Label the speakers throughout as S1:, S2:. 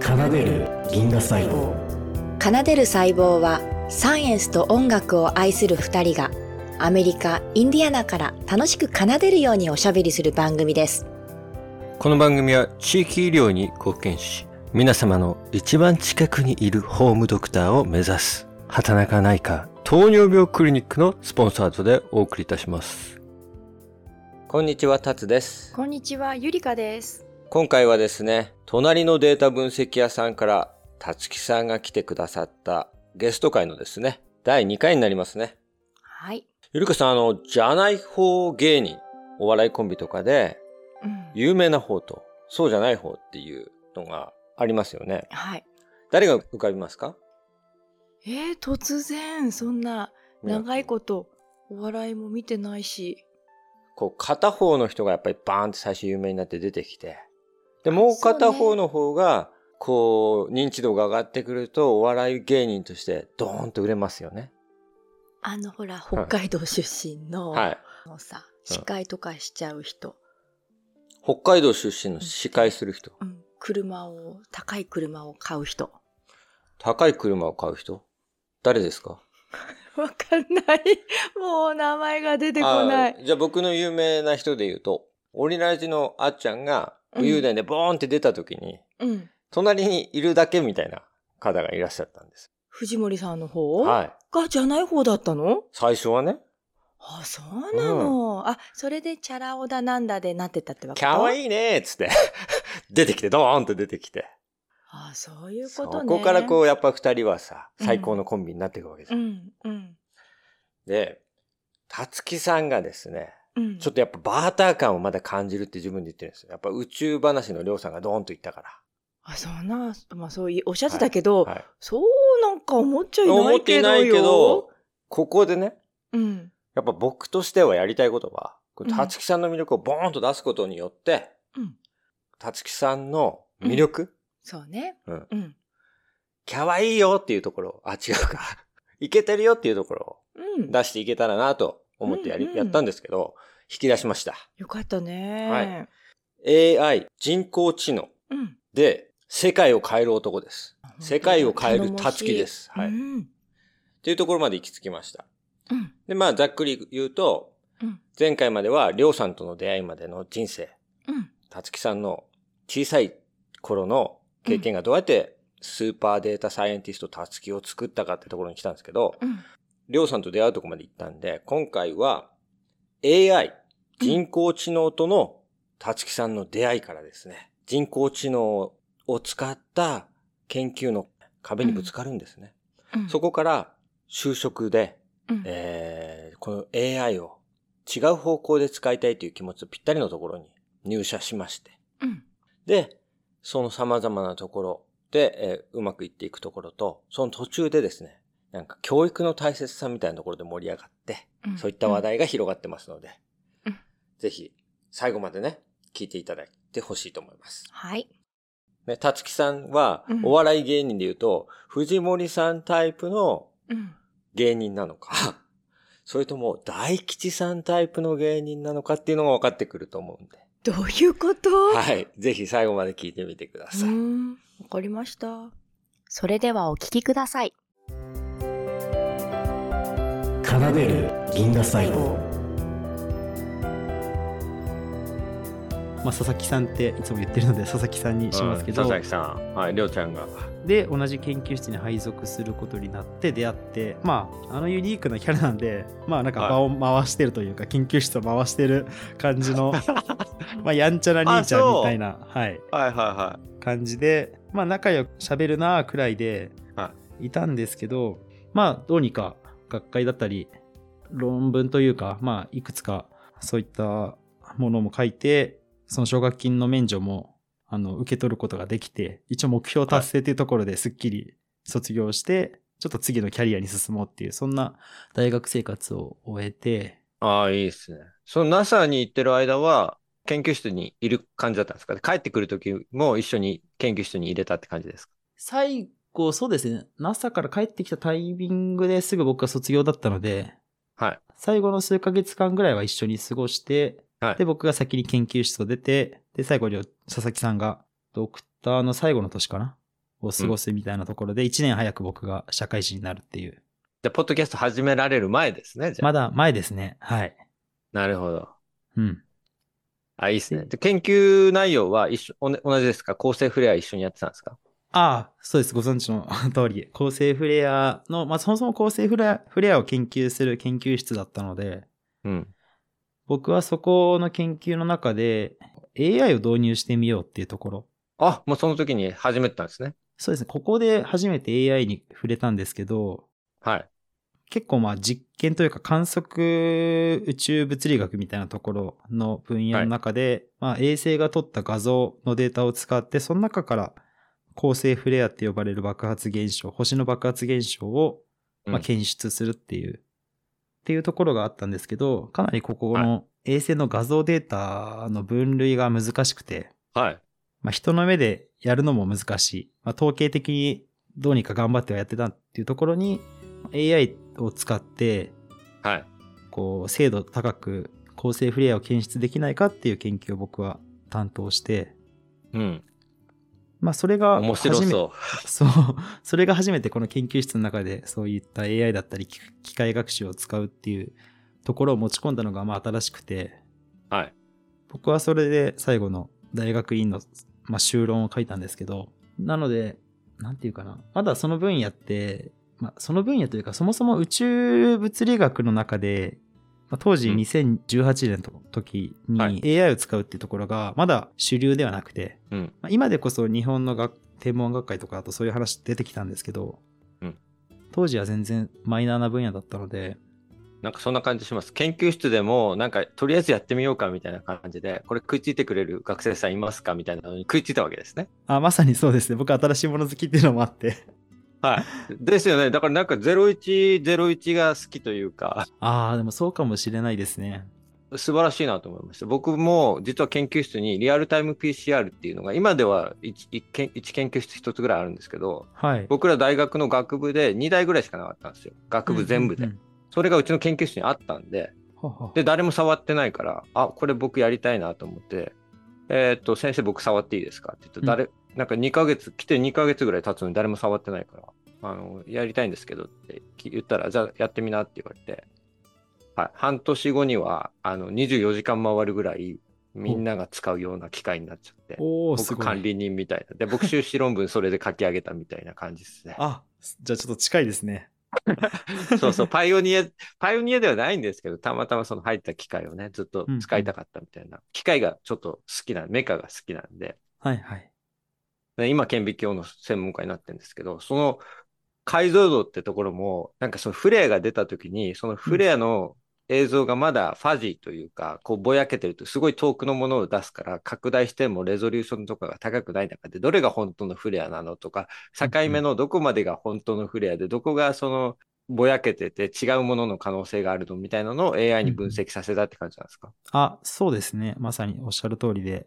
S1: 奏でる銀河細胞
S2: 奏でる細胞はサイエンスと音楽を愛する二人がアメリカ・インディアナから楽しく奏でるようにおしゃべりする番組です。
S3: この番組は地域医療に貢献し、皆様の一番近くにいるホームドクターを目指す、畑中内科糖尿病クリニックのスポンサードでお送りいたします。こんにちは、タツです。
S4: こんにちは、ゆりかです。
S3: 今回はですね、隣のデータ分析屋さんから、たつきさんが来てくださったゲスト会のですね、第2回になりますね。
S4: はい。
S3: ゆりかさん、あの、じゃない方芸人、お笑いコンビとかで、
S4: うん、
S3: 有名な方と、そうじゃない方っていうのがありますよね。
S4: はい。
S3: 誰が浮かびますか
S4: えー、突然、そんな長いこと、お笑いも見てないし。
S3: こう片方の人がやっぱりバーンって最初有名になって出てきてでもう
S4: そうね
S3: 片方の方がこう認知度が上がってくるとお笑い芸人としてドーンと売れますよね。
S4: あの、ほら、
S3: い
S4: 北海道出身の、
S3: はい、
S4: あのさ、司会とかしちゃう人。
S3: 北海道出身の司会する人
S4: うん。車を、高い車を買う人。
S3: 高い車を買う人誰ですか
S4: わかんない。もう名前が出てこない。
S3: あじゃあ僕の有名な人で言うとオリラジのあっちゃんが
S4: うん
S3: 武勇伝でボーンって出た時に、
S4: うん。
S3: 隣にいるだけみたいな方がいらっしゃったんです。
S4: 藤森さんの方、
S3: はい、
S4: がじゃない方だったの
S3: 最初はね
S4: あ、そうなの。あ、それでチャラ男だなんだでなってたってわ
S3: 「
S4: け
S3: かわ
S4: い
S3: いいね」っつって 出てきてドーンと出てきて。
S4: あ、そういう
S3: そ
S4: ことね。
S3: こからこうやっぱ二人はさ
S4: うん
S3: 最高のコンビになっていくわけじゃ。
S4: うんんうん
S3: でたつきさんがですね
S4: うん
S3: ちょっとやっぱバーター感をまだ感じるって自分で言ってるんですよ。やっぱ宇宙話のりょうさんがドーンと言ったか
S4: あそんな、まあ、そういうおっしゃってたけど、
S3: ら。はい、
S4: そうなんか思っちゃいないけどよ
S3: 思っていないけど、ここでね
S4: うん
S3: やっぱ僕としてはやりたいことはこ
S4: う
S3: うんたつきさんの魅力をボーンと出すことによって
S4: うん、
S3: たつきさんの魅力、
S4: そうね
S3: うん
S4: うん、
S3: キャワイイよっていうところあ違うか いけてるよっていうところを
S4: うん、
S3: 出していけたらなと思ってやり、
S4: うんうん
S3: やったんですけど、引き出しました。
S4: よかったね、
S3: はい AI、人工知能
S4: うん、
S3: で世界を変える男です。
S4: 本当だ
S3: 世界を変えるたつきです。はい。
S4: う
S3: っ
S4: ん
S3: ていうところまで行き着きました。
S4: うん
S3: で、まあ、ざっくり言うと、
S4: うん
S3: 前回までは、りょうさんとの出会いまでの人生、
S4: うん
S3: たつきさんの小さい頃の経験がどうやってスーパーデータサイエンティストたつきを作ったかってところに来たんですけど、
S4: うん
S3: りょうさんと出会うとこまで行ったんで、今回は AI、人工知能とのたつきさんの出会いからですね、人工知能を使った研究の壁にぶつかるんですね。
S4: うん
S3: そこから就職で、
S4: うん
S3: えーこの AI を違う方向で使いたいという気持ちとぴったりのところに入社しまして、
S4: うん
S3: で、その様々なところで、えーうまくいっていくところと、その途中でですね、なんか教育の大切さみたいなところで盛り上がって、
S4: うん
S3: そういった話題が広がってますので、
S4: うん
S3: ぜひ最後までね、聞いていただいてほしいと思います。
S4: はい
S3: ね、たつきさんは
S4: う、ん
S3: お笑い芸人で言うと、藤森さんタイプの
S4: うん
S3: 芸人なのか、 それとも大吉さんタイプの芸人なのかっていうのが分かってくると思うんで、
S4: どういうこと
S3: はい。ぜひ最後まで聞いてみてくだ
S4: う
S3: さい。
S4: んわかりました
S2: それではお聞きください。
S1: 奏でる銀河細胞
S5: まあ、佐々木さんっていつも言ってるので佐々木さんにしますけど、
S3: 佐々木さん、はい、りょうちゃんが。
S5: で同じ研究室に配属することになって出会ってまああのユニークなキャラなんでまあなんか
S3: はい
S5: 場を回してるというか、研究室を回してる感じ のまあやんちゃな兄ちゃ
S3: あ
S5: ん
S3: そう
S5: みたいな、はい、
S3: はいはいは
S5: 感じでまあ仲良く喋るなあくらいで
S3: はい
S5: たんですけど、まあどうにか学会だったり論文というかまあいくつかそういったものも書いてその奨学金の免除もあの受け取ることができて一応目標達成というところですっきり卒業して、ちょっと次のキャリアに進もうっていうそんな大学生活を終えて
S3: ああ、いいですね。その NASA に行ってる間は、研究室にいる感じだったんですか帰ってくる時も一緒に研究室に入れたって感じですか
S5: 最後、そうですね。NASA から帰ってきたタイミングですぐ僕が卒業だったので、
S3: はい
S5: 最後の数ヶ月間ぐらいは一緒に過ごして、
S3: はい
S5: で、僕が先に研究室を出て、で、最後に佐々木さんが、ドクターの最後の年かなを過ごすみたいなところで、1年早く僕が社会人になるっていう。
S3: で、ポッドキャスト始められる前ですね、じゃあ。
S5: まだ前ですね。はい。
S3: なるほど。
S5: うん。
S3: あ、いいですね。で研究内容は一緒、おね同じですか構成フレア一緒にやってたんですか
S5: ああ、そうです。ご存知の 通り。構成フレアの、まあ、そもそも構成フレアフレアを研究する研究室だったので、
S3: うん。
S5: 僕はそこの研究の中で AI を導入してみようっていうところ。
S3: あ、もうその時に始めてたんですね。
S5: そうですね。ここで初めて AI に触れたんですけど、
S3: はい。
S5: 結構まあ実験というか観測宇宙物理学みたいなところの分野の中で、まあ衛星が撮った画像のデータを使って、その中から恒星フレアって呼ばれる爆発現象、星の爆発現象をま
S3: う
S5: あ
S3: ん
S5: 検出するっていう、っていうところがあったんですけど、かなりここの衛星の画像データの分類が難しくて、
S3: はい。
S5: まあ、人の目でやるのも難しい。まあ、統計的にどうにか頑張ってはやってたっていうところに、AI を使って、
S3: はい。
S5: こう、精度高く、構成フレアを検出できないかっていう研究を僕は担当して、
S3: うん。
S5: まあ、それが、
S3: 面白
S5: う。
S3: そ
S5: そう。それが初めてこの研究室の中で、そういった AI だったり、機機械学習を使うっていうところを持ち込んだのが、まあ、新しくて、
S3: う。はい。
S5: 僕はそれで最後の大学院の、まあ、修論を書いたんですけど、なので、なんていうかな、まだその分野って、まあ、その分野というか、そもそも宇宙物理学の中で、まあ、当時
S3: うん
S5: 2018年の時
S3: は
S5: に AI を使うっていうところが、まだ主流ではなくて、
S3: うん。
S5: まあ、今でこそ日本の学天文学会とかだとそういう話出てきたんですけど、
S3: うん
S5: 当時は全然マイナーな分野だったので、
S3: なんかそんな感じします。研究室でも、なんかとりあえずやってみようかみたいな感じで、これ食いついてくれる学生さんいますかみたいなのに食いついたわけですね。
S5: あ、まさにそうですね。僕新しいもの好きっていうのもあって。
S3: はい。ですよね。だからなんか0101が好きというか、
S5: ああ、でもそうかもしれないですね。
S3: 素晴らしいなと思いました。僕も実は研究室にリアルタイム PCR っていうのが、今では 1, 研究室1つぐらいあるんですけど、
S5: はい。
S3: 僕ら大学の学部で2台ぐらいしかなかったんですよ。学部全部で。
S5: うんうんうん
S3: それがうちの研究室にあったんで、
S5: はあはあ
S3: で、誰も触ってないから、あ、これ僕やりたいなと思って、えーっと、先生僕触っていいですかって言って、誰、なんか2ヶ月、来て2ヶ月ぐらい経つのに誰も触ってないから、あの、やりたいんですけどって言ったら、じゃあやってみなって言われて、はい、半年後には、あの、24時間回るぐらい、みんなが使うような機械になっちゃって、
S5: おお、す
S3: 僕
S5: ごい。
S3: 管理人みたいな。で、僕修士論文それで書き上げたみたいな感じですね。
S5: あ、じゃあちょっと近いですね。
S3: そうそう、パイオニア、パイオニアではないんですけど、たまたまその入った機械をね、ずっと使いたかったみたいな。機械がちょっと好きな、メカが好きなんで、
S5: はいはい。
S3: ね今、顕微鏡の専門家になってるんですけど、その解像度ってところも、なんかそのフレアが出た時に、そのフレアの映像がまだファジーというか、こうぼやけてると、すごい遠くのものを出すから、拡大してもレゾリューションとかが高くない中で、どれが本当のフレアなのとか、境目のどこまでが本当のフレアで、どこがそのぼやけてて違うものの可能性があるのみたいなのを AI に分析させたって感じなんですか、
S5: あ、そうですね。まさにおっしゃる通りで。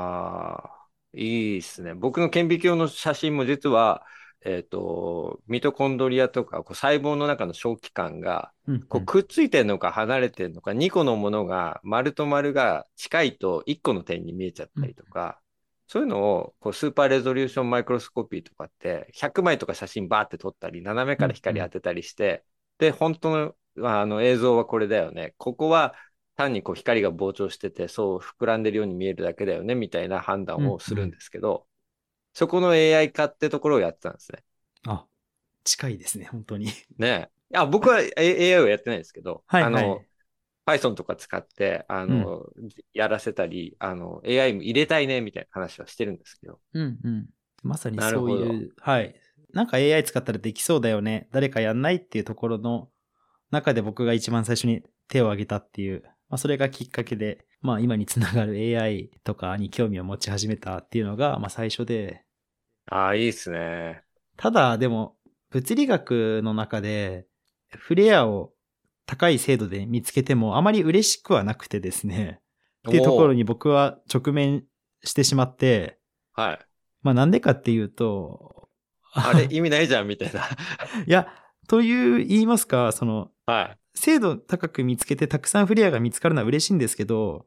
S3: ああ、いいですね。僕の顕微鏡の写真も実は、えっと、ミトコンドリアとか、こう細胞の中の小器官が、
S5: うんうん
S3: こうくっついてるのか離れてるのか、2個のものが、丸と丸が近いと1個の点に見えちゃったりとか、そういうのを、こうスーパーレゾリューションマイクロスコピーとかって、100枚とか写真バーって撮ったり、斜めから光当てたりして、で、本当の、あの映像はこれだよね。ここは、単にこう光が膨張してて、そう膨らんでるように見えるだけだよね、みたいな判断をするんですけど、そこの AI 化ってところをやってたんですね。
S5: あ、近いですね、本当に。
S3: ねえ。あ、僕は A- AI をやってないですけど、
S5: はい、
S3: あ
S5: はい。
S3: の、Python とか使って、あの、やらせたり、あの、AI も入れたいね、みたいな話はしてるんですけど。
S5: うんうん。まさに
S3: なる
S5: そう
S3: ほど
S5: いう、はい。なんか AI 使ったらできそうだよね。誰かやんないっていうところの中で僕が一番最初に手を挙げたっていう、まあ、それがきっかけで、まあ今につながる AI とかに興味を持ち始めたっていうのが、まあ最初で、
S3: ああ、いいですね。
S5: ただでも物理学の中でフレアを高い精度で見つけてもあまり嬉しくはなくてですね。っていうところ
S3: に。
S5: に僕は直面してしまって、
S3: はい。
S5: まあなんでかっていうと、
S3: あれ、意味ないじゃん、みたいな。
S5: いや、という言いますか、その
S3: はい。
S5: 精度高く見つけてたくさんフレアが見つかるのは嬉しいんですけど、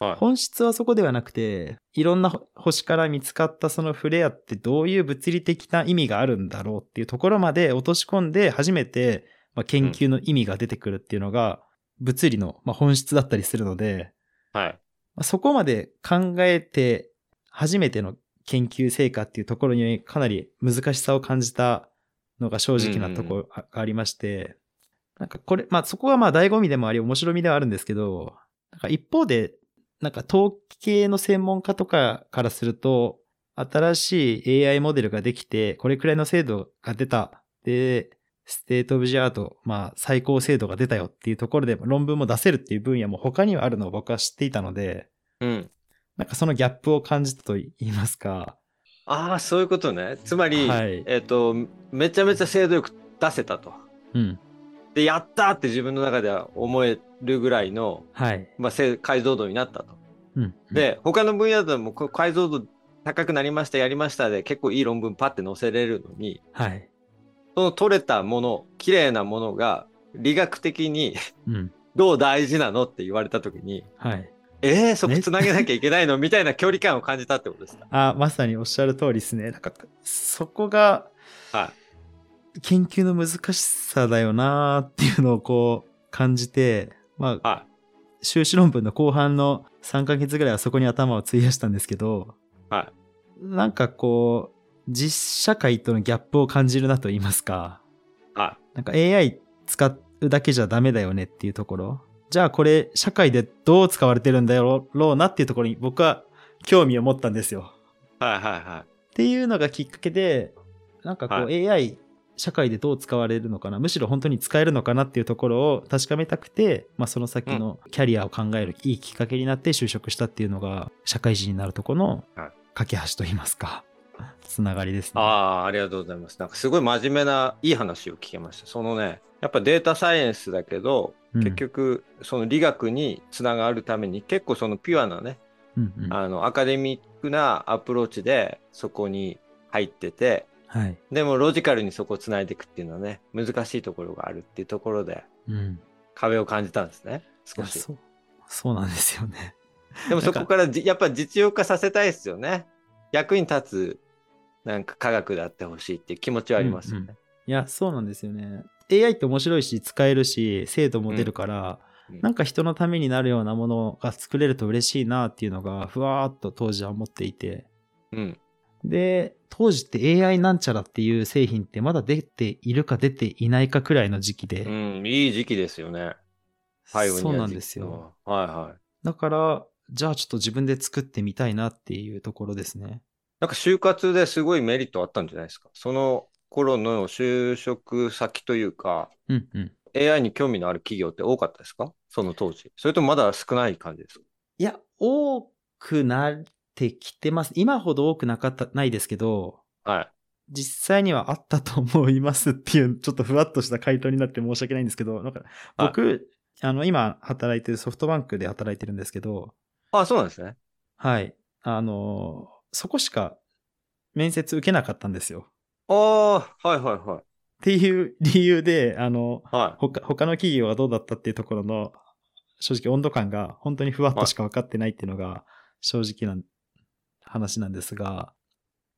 S3: はい。
S5: 本質はそこではなくて、いろんなほ星から見つかったそのフレアってどういう物理的な意味があるんだろうっていうところまで落とし込んで初めて、まあ、研究の意味が出てくるっていうのが物理の、まあ、本質だったりするので、
S3: はい。
S5: まあそこまで考えて初めての研究成果っていうところにかなり難しさを感じたのが正直なところがありまして、なんかこれ、まあそこはまあ醍醐味でもあり面白みではあるんですけど、なんか一方で、なんか統計の専門家とかからすると、新しい AI モデルができて、これくらいの精度が出た。で、ステートオブジアート、まあ最高精度が出たよっていうところで論文も出せるっていう分野も他にはあるのを僕は知っていたので、
S3: うん。
S5: なんかそのギャップを感じたと言いますか。
S3: ああ、そういうことね。つまり、
S5: はい
S3: えっ、と、めちゃめちゃ精度よく出せたと。
S5: うん。
S3: で、やったーって自分の中では思えるぐらいの、
S5: はい。
S3: まあ、せ解像度になったと。
S5: うん。
S3: で、他の分野でもこう解像度高くなりました、やりましたで結構いい論文パって載せれるのに、
S5: はい。
S3: その取れたもの、綺麗なものが理学的に
S5: うん。
S3: どう大事なのって言われた時に、
S5: はい。
S3: えー、そこ
S5: ね
S3: つなげなきゃいけないのみたいな距離感を感じたってことですか。
S5: あ、まさにおっしゃる通りですね。なんか、そこが
S3: は
S5: 研究の難しさだよなーっていうのをこう感じて、ま
S3: い。
S5: あ、
S3: は
S5: 修士論文の後半の3ヶ月ぐらいはそこに頭を費やしたんですけど、
S3: は
S5: なんかこう、実社会とのギャップを感じるなと言いますか。
S3: い。は
S5: なんか AI 使うだけじゃダメだよねっていうところ。じゃあこれ社会でどう使われてるんだろうなっていうところに僕は興味を持ったんですよ。
S3: い。はい。はい。はい。
S5: っていうのがきっかけで、なんかこう
S3: は
S5: AI 社会でどう使われるのかな、むしろ本当に使えるのかなっていうところを確かめたくて、まあその先のキャリアを考えるいいきっかけになって就職したっていうのが社会人になるところ
S3: は
S5: の
S3: い
S5: 架け橋といいますか、つながりですね。
S3: ああ、ありがとうございます。なんかすごい真面目ないい話を聞けました。そのね、やっぱデータサイエンスだけど、
S5: うん
S3: 結、局その理学につながるために結構そのピュアなね、
S5: うんうん
S3: あのアカデミックなアプローチでそこに入ってて、
S5: はい。
S3: でもロジカルにそこをつないでいくっていうのはね、難しいところがあるっていうところで
S5: うん。
S3: 壁を感じたんですね。
S5: い
S3: 少
S5: や
S3: し。
S5: そうそうなんですよね。
S3: でもそこからじやっぱ実用化させたいですよね。役に立つなんか科学であってほしいっていう気持ちはありますよね。
S5: いや、そうなんですよね。AI って面白いし、使えるし、精度も出るから、
S3: うん
S5: なんか人のためになるようなものが作れると嬉しいなっていうのが、ふわーっと当時は思っていて。
S3: うん。
S5: で、当時って AI なんちゃらっていう製品ってまだ出ているか出ていないかくらいの時期で。
S3: うん、いい時期ですよね。パイオニア時期
S5: そうなんですよ。。
S3: はいはい。
S5: だから、じゃあちょっと自分で作ってみたいなっていうところですね。
S3: なんか就活ですごいメリットあったんじゃないですか。その頃の就職先というか、
S5: うんうん。
S3: AI に興味のある企業って多かったですかその当時。それともまだ少ない感じですか
S5: いや、多くなってきてます。今ほど多くなかった、ないですけど、
S3: はい。
S5: 実際にはあったと思いますっていう、ちょっとふわっとした回答になって申し訳ないんですけど、なんか
S3: はい
S5: 僕、あの、今働いてるソフトバンクで働いてるんですけど、
S3: あ、そうなんですね。
S5: はい。あの、そこしか面接受けなかったんですよ。
S3: ああ、はいはいはい。
S5: っていう理由で、あの、
S3: は
S5: 他他の企業がどうだったっていうところの、正直温度感が本当にふわっとしか分かってないっていうのが正直な話なんですが、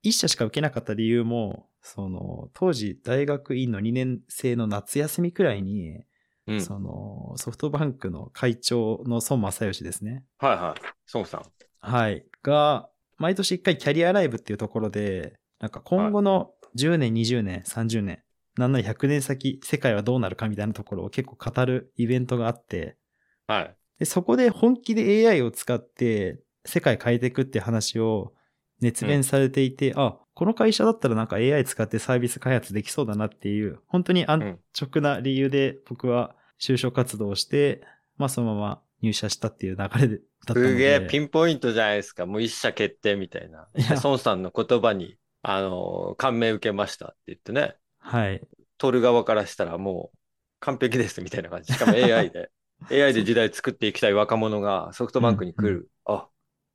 S5: 一社しか受けなかった理由も、その、当時大学院の2年生の夏休みくらいに、
S3: い。うん。
S5: その、ソフトバンクの会長の孫正義ですね。
S3: はいはい。孫さん。
S5: はい。が、毎年一回キャリアライブっていうところで、なんか今後の10年、20年、30年、なんなら100年先、世界はどうなるかみたいなところを結構語るイベントがあって、
S3: はい。
S5: で、そこで本気で AI を使って世界変えていくっていう話を熱弁されていて、あ、この会社だったらなんか AI 使ってサービス開発できそうだなっていう、本当に安直な理由で僕は就職活動をして、まあそのまま入社したっていう流れでだったのです
S3: げえピンポイントじゃないですか。もう一社決定みたいな。
S5: いや
S3: で孫さんの言葉に、あのー感銘受けましたって言ってね。
S5: はい。
S3: 取る側からしたらもう完璧ですみたいな感じ。しかも AI で、AI で時代作っていきたい若者がソフトバンクに来る。あ、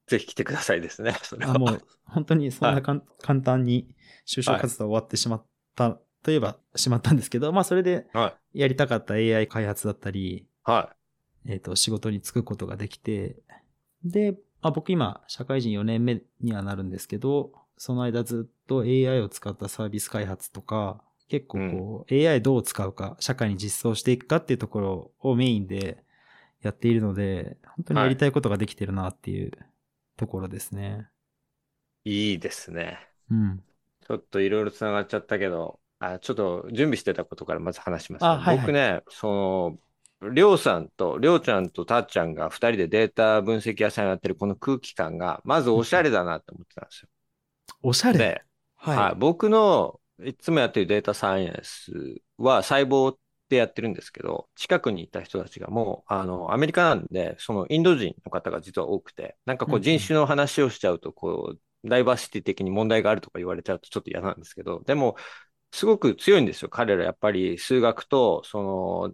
S3: ぜひ来てくださいですね。それは
S5: あもう本当にそんなかん、簡単に就職活動は終わってしまった、といえばしまったんですけど、まあそれで
S3: は
S5: やりたかった AI 開発だったり、
S3: い。は
S5: えっ、と、仕事に就くことができて、で、まあ、僕今、社会人4年目にはなるんですけど、その間ずっと AI を使ったサービス開発とか、結構こう、AI どう使うか、社会に実装していくかっていうところをメインでやっているので、本当にやりたいことができてるなっていうところですね。
S3: いいですね。
S5: うん。
S3: ちょっといろいろつながっちゃったけど、あ、ちょっと準備してたことからまず話します、
S5: あはいはい
S3: 僕ね、その、りょうさんと、りょうちゃんとたっちゃんが2人でデータ分析屋さんやってるこの空気感が、まずおしゃれだなって思ってたんですよ。
S5: おしゃれ。
S3: で、
S5: はい。
S3: はい、僕のいつもやってるデータサイエンスは細胞ってやってるんですけど、近くにいた人たちがもう、あの、アメリカなんで、そのインド人の方が実は多くて、なんかこ
S5: う
S3: うん
S5: うん
S3: 人種の話をしちゃうと、こう、ダイバーシティ的に問題があるとか言われちゃうとちょっと嫌なんですけど、でも、すごく強いんですよ。彼らやっぱり数学とそ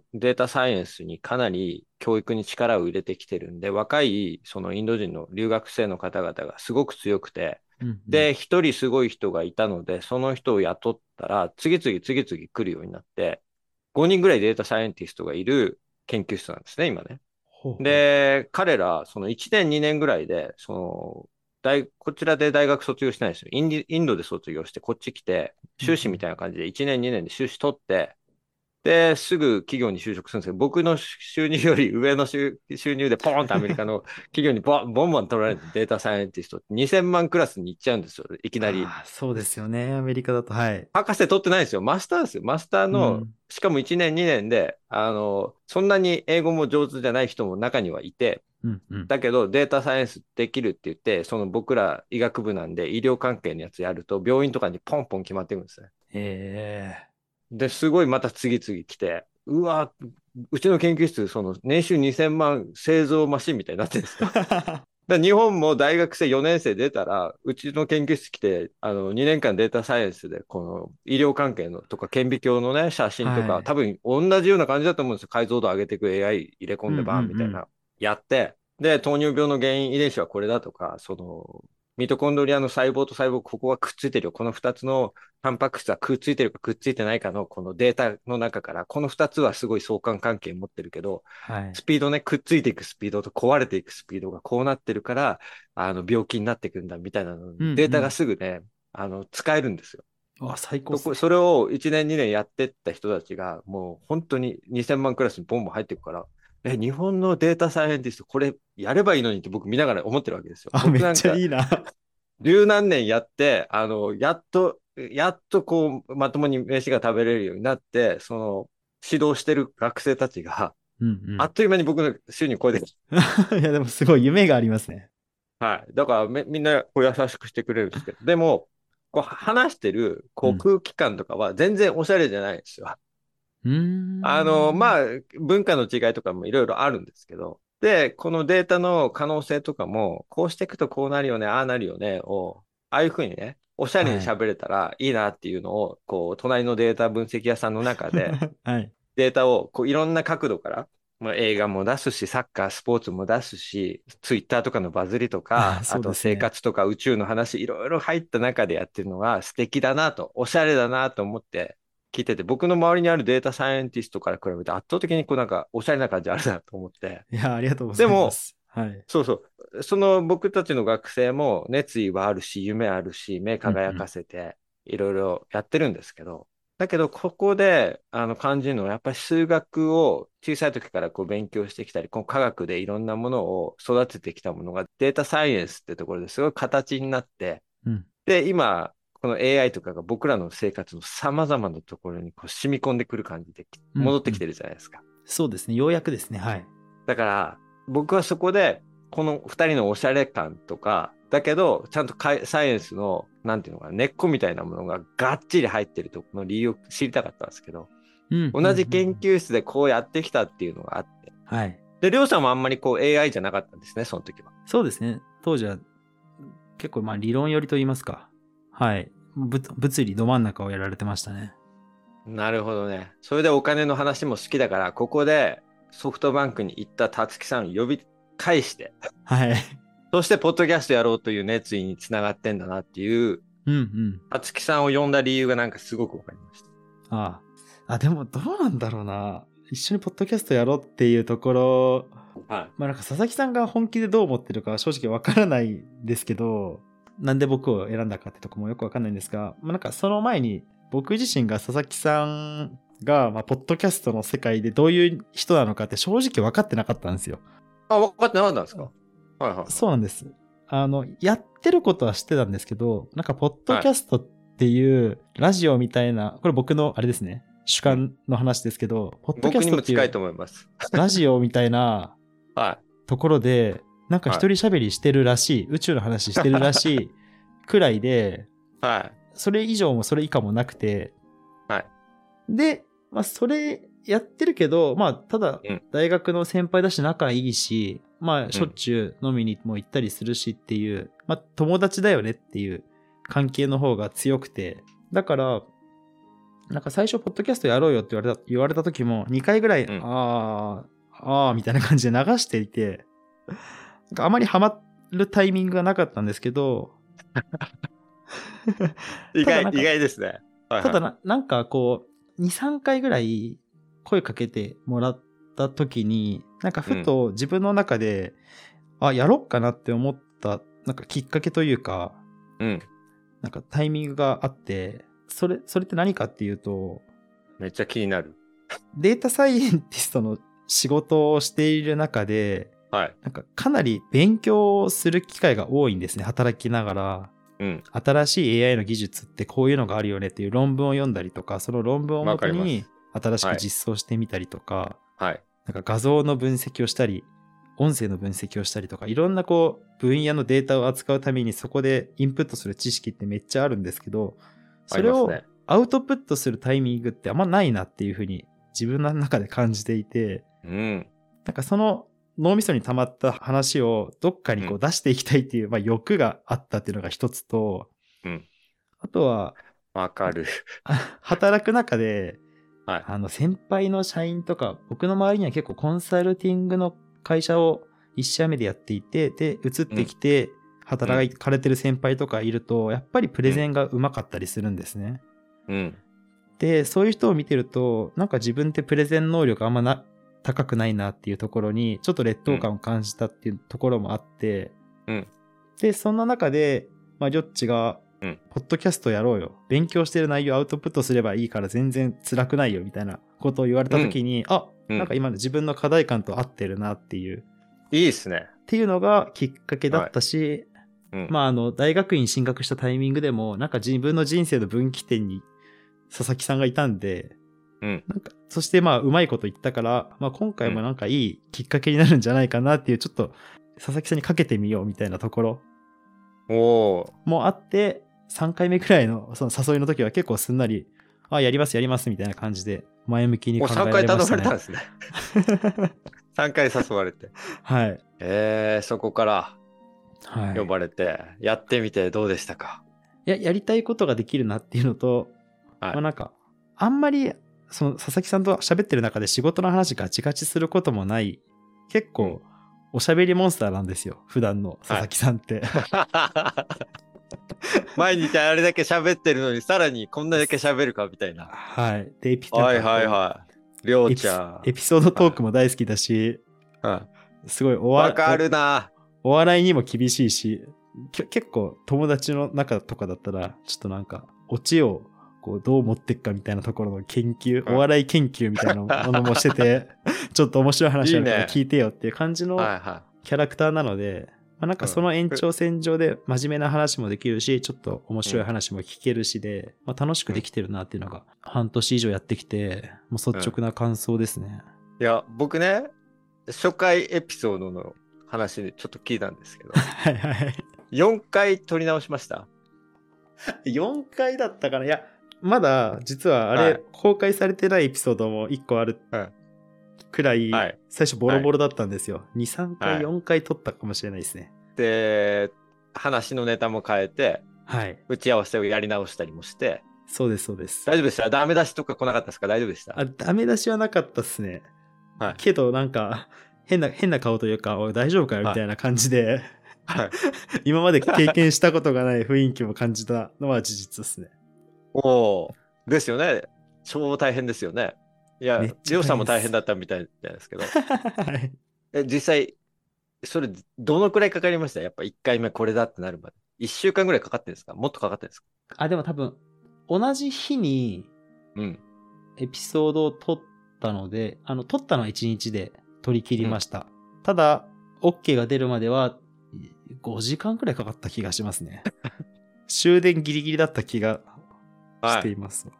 S3: のデータサイエンスにかなり教育に力を入れてきてるんで、若いそのインド人の留学生の方々がすごく強くて、
S5: うんうん、
S3: で、一人すごい人がいたので、その人を雇ったら、次々次々来るようになって、5人ぐらいデータサイエンティストがいる研究室なんですね、今ね。
S5: ほうほう、
S3: で、彼ら、その1年、2年ぐらいで、その、大こちらで大学卒業してないんですよ。インディインドで卒業して、こっち来て、修士みたいな感じで1年、2年で修士取って、で、すぐ企業に就職するんですけど、僕の収入より上の収収入でポーンとアメリ カの企業にボンボンボン取られてデータサイエンティストって2000万クラスに行っちゃうんですよ。いきなり。
S5: あーそうですよね、アメリカだと。はい。
S3: 博士取ってないんですよ。マスターですよ。マスターの、
S5: うん
S3: しかも1年、2年で、あの、そんなに英語も上手じゃない人も中にはいて、
S5: うんうん。
S3: だけどデータサイエンスできるって言って、その僕ら医学部なんで医療関係のやつやると、病院とかにポンポン決まっていくんですね。
S5: ええ
S3: で、すごいまた次々来て、うわ、うちの研究室、その年収2000万製造マシンみたいになってるんですよ。で日本も大学生4年生出たら、うちの研究室来て、あの、2年間データサイエンスで、この医療関係のとか、顕微鏡のね、写真とか、
S5: はい
S3: 多分同じような感じだと思うんですよ。解像度上げていく AI 入れ込んでバーン
S5: うんうんうん
S3: みたいな。やって、で、糖尿病の原因遺伝子はこれだとか、その、ミトコンドリアの細胞と細胞、ここはくっついてるよ。この2つのタンパク質はくっついてるかくっついてないかのこのデータの中から、この2つはすごい相関関係持ってるけど、
S5: はい。
S3: スピードね、くっついていくスピードと壊れていくスピードがこうなってるから、あの、病気になっていくんだみたいなの、
S5: うん
S3: データがすぐね、あの、使えるんですよ。
S5: あ、最高っ
S3: と
S5: す
S3: こそれを1年2年やってった人たちが、もう本当に2000万クラスにボンボン入っていくから、え、日本のデータサイエンティスト、これやればいいのにって僕見ながら思ってるわけですよ。
S5: あ、
S3: 僕
S5: め
S3: な
S5: っ
S3: ん
S5: ちゃ
S3: か
S5: いいな。
S3: 十何年やって、あの、やっと、やっとこう、まともに飯が食べれるようになって、その、指導してる学生たちが、
S5: うんうん。
S3: あっという間に僕の収入超えてきた
S5: いや、でもすごい夢がありますね。
S3: はい。だからめ、みんなこう優しくしてくれ るんですけど、でも、こう話してるこ
S5: う
S3: うん空気感とかは全然おしゃれじゃないんですよ。
S5: うーん。
S3: あの、ま
S5: あ、
S3: あ、文化の違いとかもいろいろあるんですけど、で、このデータの可能性とかも、こうしていくとこうなるよね、ああなるよねを、ああいうふうにね、おしゃれに喋れたらいいなっていうのを、こう、隣のデータ分析屋さんの中で、
S5: はい。
S3: データをこういろんな角度から、まあ、映画も出すし、サッカー、スポーツも出すし、ツイッターとかのバズりとか、
S5: あ
S3: あ
S5: そうですね
S3: と生活とか宇宙の話、いろいろ入った中でやってるのが素敵だなと、おしゃれだなと思って聞いてて、僕の周りにあるデータサイエンティストから比べて圧倒的にこうなんかおしゃれな感じあるなと思って。
S5: いや、ありがとうございます。でも、はい。
S3: そうそう。その僕たちの学生も熱意はあるし、夢あるし、目輝かせて、いろいろやってるんですけど、だけど、ここで、あの、感じるのは、やっぱり数学を小さい時からこう勉強してきたり、この科学でいろんなものを育ててきたものが、データサイエンスってところですごい形になって、
S5: うん。
S3: で、今、この AI とかが僕らの生活の様々なところにこう染み込んでくる感じで、戻ってきてるじゃないですか。
S5: そうですね。ようやくですね。はい。
S3: だから、僕はそこで、この二人のおしゃれ感とか、だけど、ちゃんとかいサイエンスの、なんていうのかな、根っこみたいなものががっちり入ってるとこの理由を知りたかったんですけど、
S5: うん
S3: 同じ研。究室でこうやってきたっていうのがあって、
S5: はい。
S3: で、りょうさんもあんまりこう AI じゃなかったんですね、その時は。
S5: そうですね。当時は、結構、まあ、理論寄りと言いますか。はい。ぶ物理ど真ん中をやられてましたね。
S3: なるほどね。それでお金の話も好きだから、ここでソフトバンクに行ったたつきさんを呼び返して、
S5: はい。
S3: そしてポッドキャストやろうという熱意につながってんだなっていう、
S5: うんうん。
S3: たつきさんを呼んだ理由がなんかすごくわかりました。
S5: ああ。あ、でもどうなんだろうな。一緒にポッドキャストやろうっていうところ
S3: は
S5: まあなんか佐々木さんが本気でどう思ってるかは正直わからないですけど、なんで僕を選んだかってとこもよくわかんないんですが、まあなんかその前に僕自身が佐々木さんが、まあ、ポッドキャストの世界でどういう人なのかって正直わかってなかったんですよ。
S3: い。あ、分かってなかったんですかはいはい。
S5: そうなんです。あの、やってることは知ってたんですけど、なんかポッドキャストっていうラジオみたいな、これ僕のあれですね、主観の話ですけど、ポッドキャス
S3: 僕に
S5: ト
S3: も
S5: ってい
S3: 近いうと思います。
S5: ラジオみたいな
S3: は
S5: ところで、なんか一人喋りしてるらしい、宇宙の話してるらしいくらいで、
S3: い。はい。
S5: それ以上もそれ以下もなくて、
S3: はい
S5: で、まあ、それやってるけど、まあ、ただ
S3: うん、
S5: 大学の先輩だし仲いいし、まあ、しょっちゅう飲みにも行ったりするしっていう、まあ、友達だよねっていう関係の方が強くて、だから、なんか最初、ポッドキャストやろうよって言われた、言われた時も、2回ぐらい、
S3: うん
S5: ああ、ああ、みたいな感じで流していて、なんかあまりハマるタイミングがなかったんですけど、
S3: 意
S5: ただな
S3: 外
S5: ん、か
S3: 意外ですね。はいはい
S5: ただな、なんかこう、2、3回ぐらい声かけてもらった時に、なんかふと自分の中で、あ、やろっかなって思った、なんかきっかけというか、
S3: うん。
S5: なんかタイミングがあって、それ、それって何かっていうと、
S3: めっちゃ気になる。
S5: データサイエンティストの仕事をしている中で、
S3: はい。
S5: なんかかなり勉強をする機会が多いんですね、働きながら。
S3: うん。
S5: 新しい AI の技術ってこういうのがあるよねっていう論文を読んだりとか、その論文をもと
S3: わかり
S5: に
S3: ま
S5: 新し
S3: は
S5: く
S3: い
S5: 実装してみたりとか、
S3: はい。
S5: なんか画像の分析をしたり、音声の分析をしたりとか、いろんなこう分野のデータを扱うためにそこでインプットする知識ってめっちゃあるんですけど、それを
S3: ありますね
S5: アウトプットするタイミングってあんまないなっていうふうに自分の中で感じていて、
S3: うん。
S5: なんかその脳みそに溜まった話をどっかにこ
S3: う
S5: う出していきたいっていう、まあ、欲があったっていうのが一つと、
S3: うん
S5: あとは
S3: わか る。
S5: あ働く中で、
S3: はい
S5: あの先輩の社員とか僕の周りには結構コンサルティングの会社を1社目でやっていてで移ってきて働かれてる先輩とかいると、やっぱりプレゼンがうまかったりするんですね。
S3: うん。
S5: でそういう人を見てるとなんか自分ってプレゼン能力あんまな高くないなっていうところにちょっと劣等感を感じたっていうところもあって、
S3: うん
S5: でそんな中で、まあ、りょっちが、
S3: うん
S5: ポッドキャストやろうよ勉強してる内容アウトプットすればいいから全然辛くないよ」みたいなことを言われた時に、あ
S3: うん
S5: なんか今の自分の課題感と合ってるなっていう、
S3: いいですね。
S5: っていうのがきっかけだったし、
S3: う ん。
S5: まあ、あの、大学院進学したタイミングでも、なんか自分の人生の分岐点に佐々木さんがいたんで、
S3: うん
S5: なんか、そしてまあ、うまいこと言ったから、まあ、今回もなんかいいきっかけになるんじゃないかなっていう、ちょっと、佐々木さんにかけてみようみたいなところ
S3: おー。
S5: もあって、3回目くらいのその誘いの時は結構すんなり、あ、やりますやりますみたいな感じで、前向きに
S3: お
S5: 考えら
S3: 3
S5: れ
S3: 回
S5: ま
S3: 頼
S5: し
S3: ま
S5: たね。
S3: れたんですね。3回 誘われて。
S5: はい。
S3: えー、そこから
S5: はい。
S3: 呼ばれて、やってみてどうでしたか
S5: ややりたいことができるなっていうのと、
S3: はい
S5: まあなんかあんまりその佐々木さんと喋ってる中で仕事の話ガチガチすることもない結構おしゃべりモンスターなんですよ普段の佐々木さんって、
S3: 毎日あれだけ喋ってるのに、さらにこんなだけ喋るかみたいな。
S5: はいでエピ
S3: はいはいはい。りょう
S5: エピ
S3: ちゃん。
S5: エピソードトークも大好きだし、
S3: うん
S5: すごいおわ
S3: わかるな。
S5: お笑いにも厳しいしきょ結構友達の中とかだったらちょっとなんかオチをこうどう持っていくかみたいなところの研究
S3: うん
S5: お笑い研究みたいなものもして てちょっと面白い話あるか
S3: いい
S5: ら
S3: ね
S5: 聞いてよっていう感じの
S3: はいは
S5: キャラクターなので、まあ、なんかその延長線上で真面目な話もできるし、ちょっと面白い話も聞けるしで、まあ、楽しくできてるなっていうのが、半年以上やってきて、もう率直な感想ですね。
S3: い。いや、僕ね、初回エピソードの話でちょっと聞いたんです けど、
S5: はいはい。
S3: 4回撮り直しました。
S5: 4回だったかな。いや、まだ実はあれ、
S3: はい
S5: 公開されてないエピソードも1個ある
S3: うん
S5: くらい、
S3: はい
S5: 最初ボロボロだったんですよ。2、3
S3: は
S5: 回、
S3: い
S5: 4回撮ったかもしれないですね。
S3: で、話のネタも変えて、
S5: はい。
S3: 打ち合わせをやり直したりもして、
S5: そうです、そうです。
S3: 大丈夫でしたダメ出しとか来なかったですか大丈夫でした
S5: あ、ダメ出しはなかったっすね。
S3: はい
S5: けど、なんか、変な、変な顔というか、おい大丈夫かよ
S3: はい
S5: みたいな感じで、
S3: はい。
S5: 今まで経験したことがない雰囲気も感じたのは事実 ですね。
S3: おお。ですよね。超大変ですよね。いや
S5: めっちゃ大変で、す
S3: りょうさんも大変だったみたいじゃないですけど。
S5: はい。
S3: え実際、それ、どのくらいかかりましたやっぱ1回目これだってなるまで。1週間ぐらいかかってるんですかもっとかかってるんですか
S5: あ、でも多分、同じ日に
S3: うん。
S5: エピソードを撮ったので、あの、撮ったのは1日で撮り切りました。ただ、OK が出るまでは、5時間くらいかかった気がしますね。終電ギリギリだった気がしています。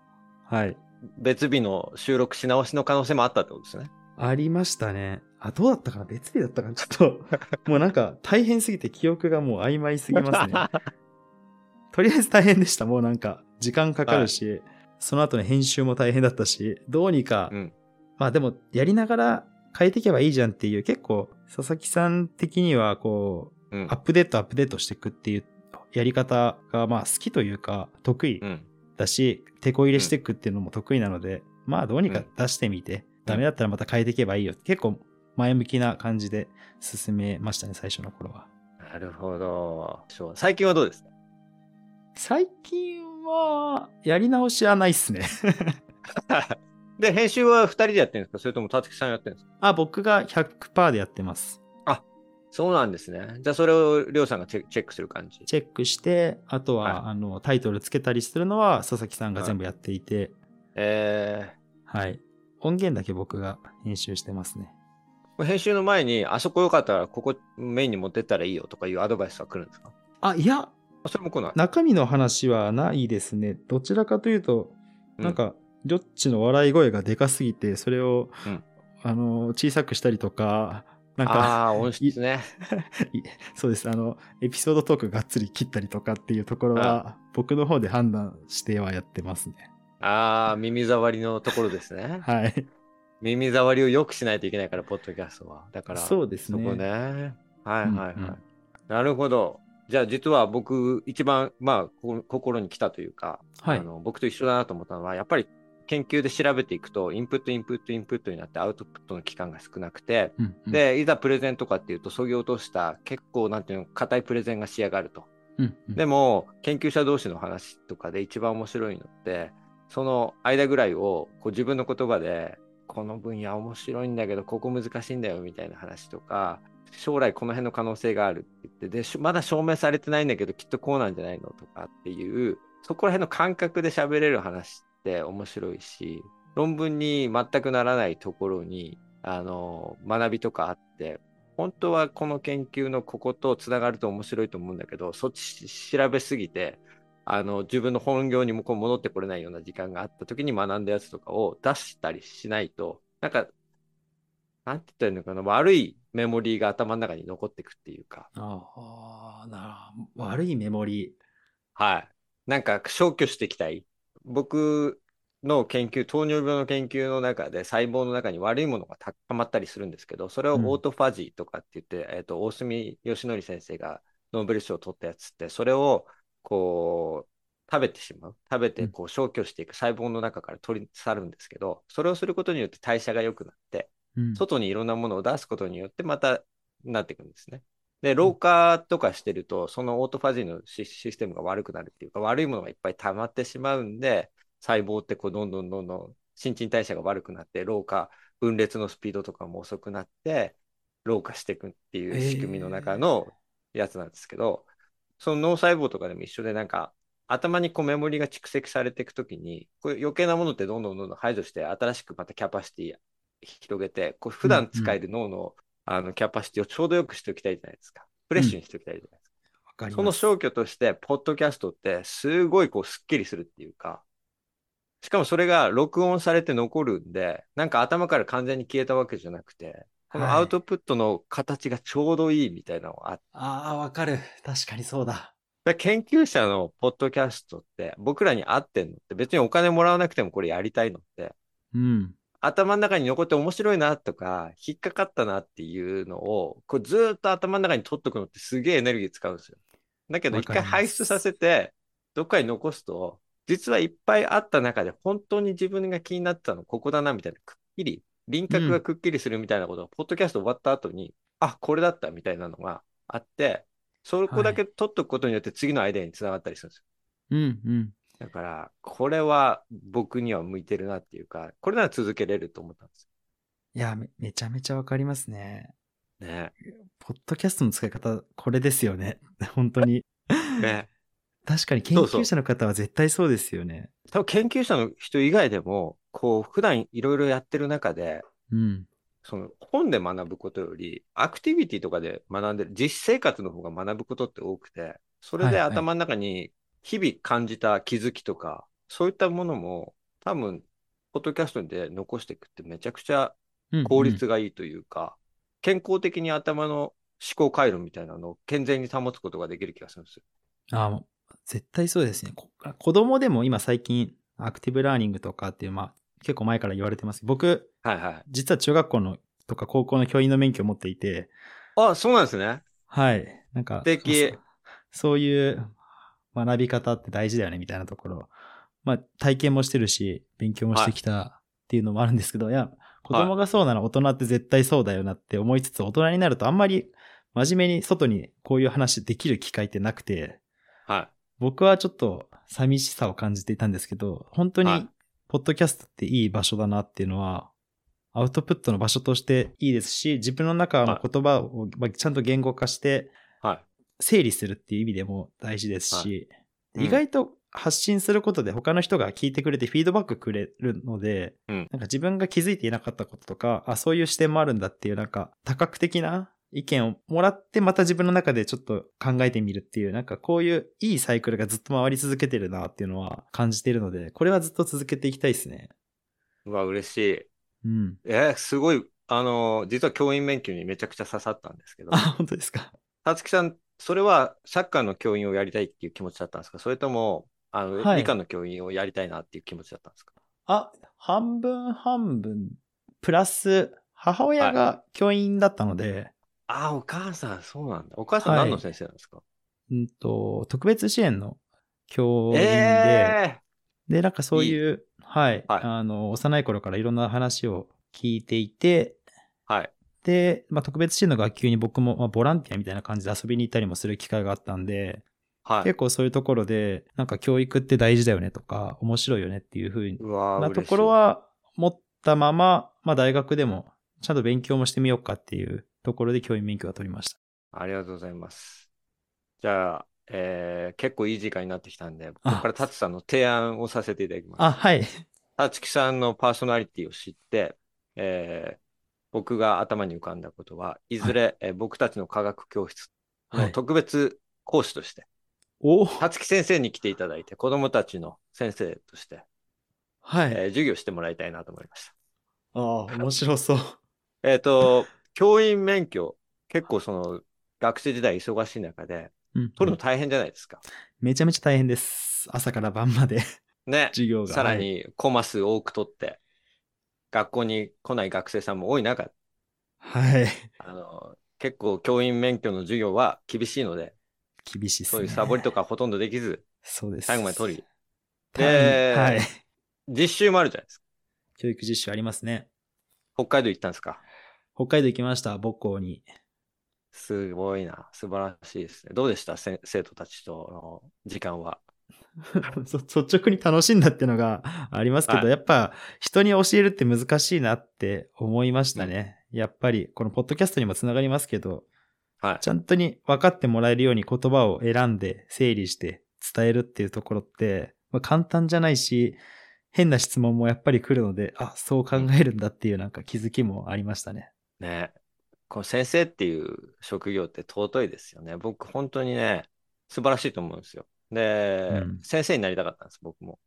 S5: はい。
S3: 別日の収録し直しの可能性もあったってことですね。
S5: ありましたね。あ、どうだったかな別日だったかなちょっと、もうなんか大変すぎて記憶がもう曖昧すぎますね。とりあえず大変でした。もうなんか、時間かかるし、その後の編集も大変だったし、どうにか、
S3: うん
S5: まあでも、やりながら変えていけばいいじゃんっていう、結構、佐々木さん的には、こう、
S3: うん
S5: アップデートアップデートしていくっていうやり方が、まあ好きというか、得意
S3: うん。
S5: だし、手こ入れしていくっていうのも得意なので、まあどうにか出してみて、ダメだったらまた変えていけばいいよ。結構前向きな感じで進めましたね、最初の頃は。
S3: なるほど。そう最近はどうですか
S5: 最近は、やり直しはないっすね。
S3: で、編集は2人でやってるんですかそれとも、たつきさんやってるんですか
S5: あ、僕が100%でやってます。
S3: そうなんですね。じゃあ、それをりょうさんがチェチェックする感じ。
S5: チェックして、あとは、
S3: はい
S5: あの、タイトルつけたりするのは佐々木さんが全部やっていて、
S3: え
S5: はい。音源だけ僕が編集してますね。
S3: ー、これ編集の前に、あそこ良かったら、ここメインに持ってったらいいよとかいうアドバイスは来るんですか
S5: あ、いや、
S3: あそれも来ない。
S5: 中身の話はないですね。どちらかというと、
S3: うん
S5: なんか、りょっちの笑い声がでかすぎて、それを、
S3: うん
S5: あの、小さくしたりとか、なんか、
S3: ああー、音質ね。
S5: そうです、あの、エピソードトークがっつり切ったりとかっていうところは、僕の方で判断してはやってますね。
S3: ああ、耳障りのところですね。
S5: はい。
S3: 耳障りを良くしないといけないから、ポッドキャストは。だから、
S5: そうですね
S3: そこね。はいはいはい。
S5: うんうん
S3: なるほど。じゃあ、実は僕、一番、まあ、こ心に来たというか、
S5: はい
S3: あの、僕と一緒だなと思ったのは、やっぱり研究で調べていくと、インプット、インプット、インプットになって、アウトプットの期間が少なくて、
S5: うんうん、
S3: で、いざプレゼンとかっていうと、そぎ落とした、結構、なんていうの、硬いプレゼンが仕上がると。
S5: うんうん
S3: でも研究者同士の話とかで一番面白いのってその間ぐらいをこう自分の言葉でこの分野面白いんだけどここ難しいんだよみたいな話とか将来この辺の可能性があるって言ってでしまだ証明されてないんだけどきっとこうなんじゃないのとかっていうそこら辺の感覚で喋れる話って面白いし論文に全くならないところにあの学びとかあって本当はこの研究のこことつながると面白いと思うんだけどそっち調べすぎてあの自分の本業にもこう戻ってこれないような時間があった時に学んだやつとかを出したりしないとなんかなんて言ったらいいのかな悪いメモリーが頭の中に残ってくっていうか
S5: ああ、なる悪いメモリ
S3: はいなんか消去していきたい僕の研究糖尿病の研究の中で細胞の中に悪いものがた溜まったりするんですけどそれを
S5: うん
S3: オートファジーとかって言って、えー、と大隅義則先生がノーベル賞を取ったやつってそれをこう食べてしまう食べてこう消去していく細胞の中から取り去るんですけどそれをすることによって代謝が良くなって
S5: ー。うん
S3: 外にいろんなものを出すことによってまたなっていくんですね。で、老化とかしてると、そのオートファジーのシシステムが悪くなるっていうか、悪いものがいっぱい溜まってしまうんで、細胞ってこうどんどんどんどん新陳代謝が悪くなって、老化、分裂のスピードとかも遅くなって、老化していくっていう仕組みの中のやつなんですけど、その脳細胞とかでも一緒で、なんか頭にこうメモリが蓄積されていくときに、こういう余計なものってどんどんどんどん排除して、新しくまたキャパシティ広げて、こう普段使える脳の,、あのキャパシティをちょうどよくしておきたいじゃないですか。フレッシュにしておきたいじゃないですか。
S5: わかり
S3: そ
S5: ま
S3: の
S5: す
S3: 消去として、ポッドキャストってすごいこうスッキリするっていうか、しかもそれが録音されて残るんで、なんか頭から完全に消えたわけじゃなくて、このアウトプットの形がちょうどいいみたいなのがあって
S5: ああ、わかる。確かにそうだ。
S3: だから研究者のポッドキャストって、僕らに合ってんのって、別にお金もらわなくてもこれやりたいのって、
S5: うん。
S3: 頭の中に残って面白いなとか、引っかかったなっていうのを、こうずーっと頭の中に取っとくのってすげえエネルギー使うんですよ。だけど
S5: わ
S3: 一
S5: かり
S3: 回
S5: ます
S3: 排出させて、どっかに残すと、実はいっぱいあった中で本当に自分が気になってたのここだなみたいな、くっきり、輪郭がくっきりするみたいなことが、ポッドキャスト終わった後に、あ、これだったみたいなのがあって、そこだけ取っとくことによって次のアイデアにつながったりするんですよ。
S5: うんうん。
S3: だから、これは僕には向いてるなっていうか、これなら続けれると思ったんです
S5: い
S3: よ
S5: やめ、めちゃめちゃわかりますね。
S3: ね
S5: ポッドキャストの使い方、これですよね。 本当に。
S3: ね
S5: 確かに研究者の方は絶対そうですよね。
S3: 多分研究者の人以外でも、こう、普段いろいろやってる中で、
S5: うん。
S3: その本で学ぶことより、アクティビティとかで学んでる、実生活の方が学ぶことって多くて、それ
S5: はい
S3: で
S5: はい
S3: 頭の中に日々感じた気づきとか、そういったものも、多分、ポッドキャストで残していくってめちゃくちゃ
S5: うん
S3: 効率がいいというか、健康的に頭の思考回路みたいなのを健全に保つことができる気がするんですよ。
S5: あもう絶対そうですね。こ子供でも今最近、アクティブラーニングとかっていう、まあ、結構前から言われてます。僕、
S3: はいはい。
S5: 実は中学校のとか高校の教員の免許を持っていて、
S3: あ、そうなんですね。
S5: はい。なんか、
S3: 素敵
S5: そそういう学び方って大事だよね、みたいなところ。まあ、体験もしてるし、勉強もしてきたっていうのもあるんですけど、い、や、子供がそうなら大人って絶対そうだよなって思いつつ、大人になるとあんまり真面目に外にこういう話できる機会ってなくて、
S3: は
S5: 僕はちょっと寂しさを感じていたんですけど、本当
S3: はい
S5: に、ポッドキャストっていい場所だなっていうのは、アウトプットの場所としていいですし、自分の中の言葉をまあちゃんと言語化して、
S3: い。はい。
S5: 整理するっていう意味でも大事ですし、
S3: はいうん
S5: 意外と発信することで他の人が聞いてくれてフィードバックくれるので、
S3: うん
S5: なんか自分が気づいていなかったこととか、あ、そういう視点もあるんだっていうなんか多角的な意見をもらってまた自分の中でちょっと考えてみるっていう、なんかこういういいサイクルがずっと回り続けてるなっていうのは感じているので、これはずっと続けていきたいですね。
S3: うわ、嬉しい。
S5: うん。
S3: えーすごい、あのー実は教員免許にめちゃくちゃ刺さったんですけど、
S5: あ、本当ですか。
S3: たつきさん、それはサッカーの教員をやりたいっていう気持ちだったんですかそれとも、あの、
S5: はい
S3: 理科の教員をやりたいなっていう気持ちだったんですか
S5: あ、半分半分、プラス母親が教員だったので、
S3: ああ、お母さん、そうなんだ。お母さん何の先生なんですか、
S5: うんと、特別支援の教員で、
S3: え
S5: で、なんかそういう、はい、
S3: はい
S5: あの、幼い頃からいろんな話を聞いていて、
S3: ーはい。
S5: で、まあ、特別支援の学級に僕も、まあ、ボランティアみたいな感じで遊びに行ったりもする機会があったんで、
S3: はい
S5: 結。構そういうところで、なんか教育って大事だよねとか、面白いよねっていう風
S3: うわー
S5: な
S3: 嬉
S5: と
S3: しい
S5: ころは持ったまま、まあ、大学でもちゃんと勉強もしてみようかっていうところで教員免許は取りました。
S3: ありがとうございます。じゃあ、えー結構いい時間になってきたんで、ここからタツさんの提案をさせていただきます。
S5: あ、はい。
S3: たつきさんのパーソナリティを知って、えー僕が頭に浮かんだことは、いずれ、えー僕たちの科学教室
S5: は
S3: の
S5: い、
S3: 特別講師として、
S5: お
S3: たつき先生に来ていただいて、子供たちの先生として、
S5: は
S3: え
S5: い。
S3: ー授業してもらいたいなと思いまし
S5: ああ、面白そう。
S3: た。え っ、と、教員免許、結構その、学生時代忙しい中で、
S5: うん
S3: 取るの大変じゃないですか。
S5: めちゃめちゃ大変です。朝から晩まで
S3: ね。
S5: 授業が。
S3: さら
S5: はい。
S3: にコマ数多く取って、学校に来ない学生さんも多い中、
S5: はい。
S3: あの、結構教員免許の授業は厳しいので、
S5: 厳しいです
S3: そう
S5: ね。
S3: いうサボりとかほとんどできず、
S5: そうです。
S3: 最後まで取り、
S5: 単位
S3: で
S5: はい。
S3: 実習もあるじゃないですか。
S5: 教育実習ありますね。
S3: 北海道行ったんですか。
S5: 北海道行きました、母校に。
S3: すごいな。素晴らしいですね。どうでしたせ生徒たちとの時間は。
S5: そ率直に楽しんだっていうのがありますけど、
S3: はい
S5: やっぱ人に教えるって難しいなって思いましたね。やっぱり、このポッドキャストにもつながりますけど、
S3: はい。
S5: ちゃんとに分かってもらえるように言葉を選んで整理して伝えるっていうところって、まあ、簡単じゃないし、変な質問もやっぱり来るので、あ、そう考えるんだっていうなんか気づきもありましたね。
S3: ね。この先生っていう職業って尊いですよね。僕、本当にね、素晴らしいと思うんですよ。で、
S5: うん
S3: 先生になりたかったんです、僕も。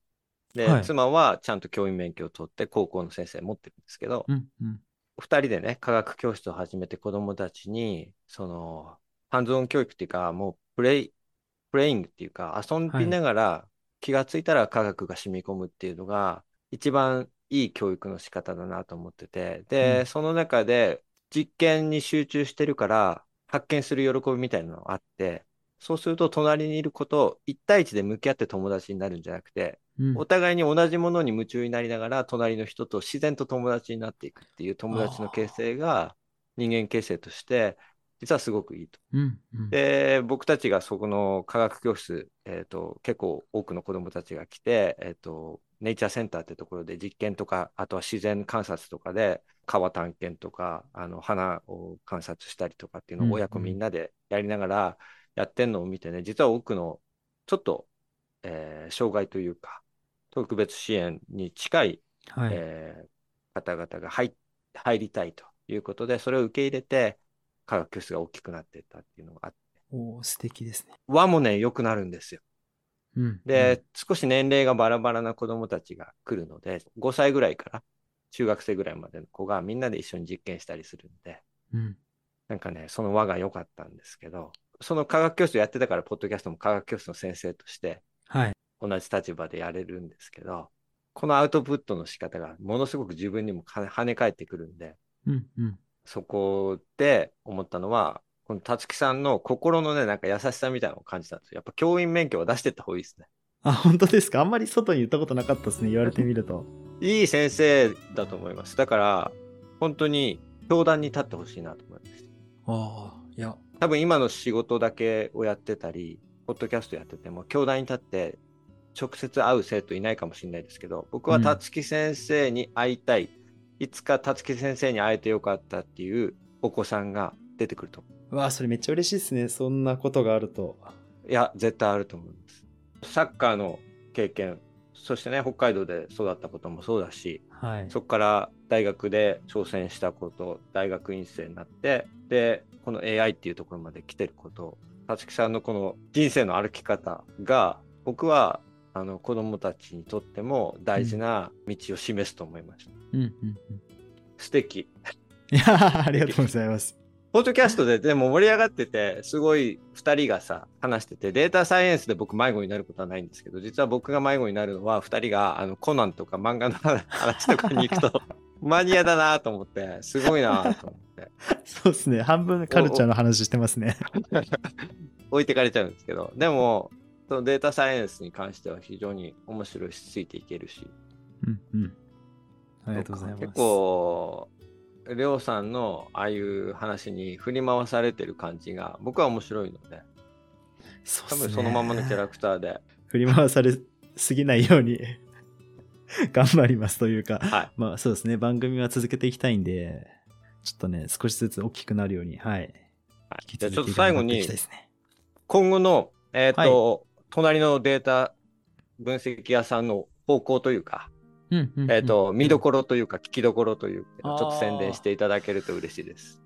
S3: で、
S5: はい
S3: 妻はちゃんと教員免許を取って、高校の先生持ってるんですけど、
S5: うん、うん。
S3: 二人でね、科学教室を始めて子供たちに、その、ハンズオン教育っていうか、もうプレイ、プレイングっていうか、遊びながら気がついたら科学が染み込むっていうのが、一番いい教育の仕方だなと思ってて、で、
S5: うん
S3: その中で実験に集中してるから、発見する喜びみたいなのがあって、そうすると隣にいることを一対一で向き合って友達になるんじゃなくて、
S5: うん
S3: お互いに同じものに夢中になりながら、隣の人と自然と友達になっていくっていう友達の形成が人間形成として、実はすごくいいと。
S5: うん、うん。
S3: で、僕たちがそこの科学教室、えっ、と、結構多くの子供たちが来て、えっ、と、ネイチャーセンターってところで実験とか、あとは自然観察とかで、川探検とか、あの、花を観察したりとかっていうの
S5: うん
S3: を親子みんなでやりながらやってんのを見てね、実は多くの、ちょっと、えー障害というか、特別支援に近い
S5: はい。
S3: えー方々が入入りたいということで、それを受け入れて、科学教室が大きくなっていったっていうのがあって、
S5: おー素敵ですね。
S3: 和もね、良くなるんですよ。
S5: うん。
S3: で、少し年齢がバラバラな子供たちが来るので、5歳ぐらいから中学生ぐらいまでの子がみんなで一緒に実験したりするんで、
S5: うん、うん。
S3: なんかね、その和が良かったんですけど、その科学教室やってたから、ポッドキャストも科学教室の先生として
S5: はい。
S3: 同じ立場でやれるんですけど、このアウトプットの仕方がものすごく自分にもか跳ね返ってくるんで、
S5: うん、うん。
S3: そこで思ったのは、このたつきさんの心のね、なんか優しさみたいなのを感じたんですよ。やっぱ教員免許は出してった方がいいですね。
S5: あ、本当ですかあんまり外に言ったことなかったですね。言われてみる と。
S3: いい先生だと思います。だから、本当に教壇に立ってほしいなと思います。
S5: ああ、いや。
S3: 多分今の仕事だけをやってたり、ポッドキャストやってても、教壇に立って直接会う生徒いないかもしれないですけど、僕
S5: う
S3: は
S5: ん
S3: たつき先生に会いたい。いつかたつき先生に会えてよかったっていうお子さんが出てくると思
S5: う
S3: う
S5: わあ、それめっちゃ嬉しいですね。そんなことがあると。
S3: いや、絶対あると思います。サッカーの経験、そしてね、北海道で育ったこともそうだし、
S5: はい。
S3: そこから大学で挑戦したこと、大学院生になって、で、この AI っていうところまで来てること、たつきさんのこの人生の歩き方が、僕は、あの子供たちにとっても大事な道を示すと思いました。
S5: うん、うん、うん。
S3: 素敵。
S5: いやーありがとうございます。
S3: ポッドキャストででも盛り上がってて、すごい2人がさ、話してて、データサイエンスで僕迷子になることはないんですけど、実は僕が迷子になるのは、2人があのコナンとか漫画の話とかに行 くと、マニアだなと思って、すごいなと思って、
S5: そうですね。半分カルチャーの話してますね。
S3: 置いてかれちゃうんですけど、でも、そのデータサイエンスに関しては非常に面白いし、ついていけるし、
S5: うん、うん。ありがとうございます。
S3: 結、構、りょうさんのああいう話に振り回されてる感じが、僕は面白いので、
S5: そうっす
S3: 多分
S5: ね
S3: そのままのキャラクターで、
S5: 振り回されすぎないように 頑張りますというか、
S3: はい
S5: まあそうですね、番組は続けていきたいんで、ちょっとね、少しずつ大きくなるように、はい。
S3: はい、
S5: 引き
S3: じ
S5: 続
S3: ゃあ
S5: き
S3: ちょっと最後
S5: 頑張ってい
S3: に
S5: きたいですね
S3: 今後の、えーと隣のデータ分析屋さんの方向というか、
S5: うんうんうん
S3: えーと見どころというか聞きどころというかちょ
S5: あー
S3: っと宣伝していただけると嬉しいです。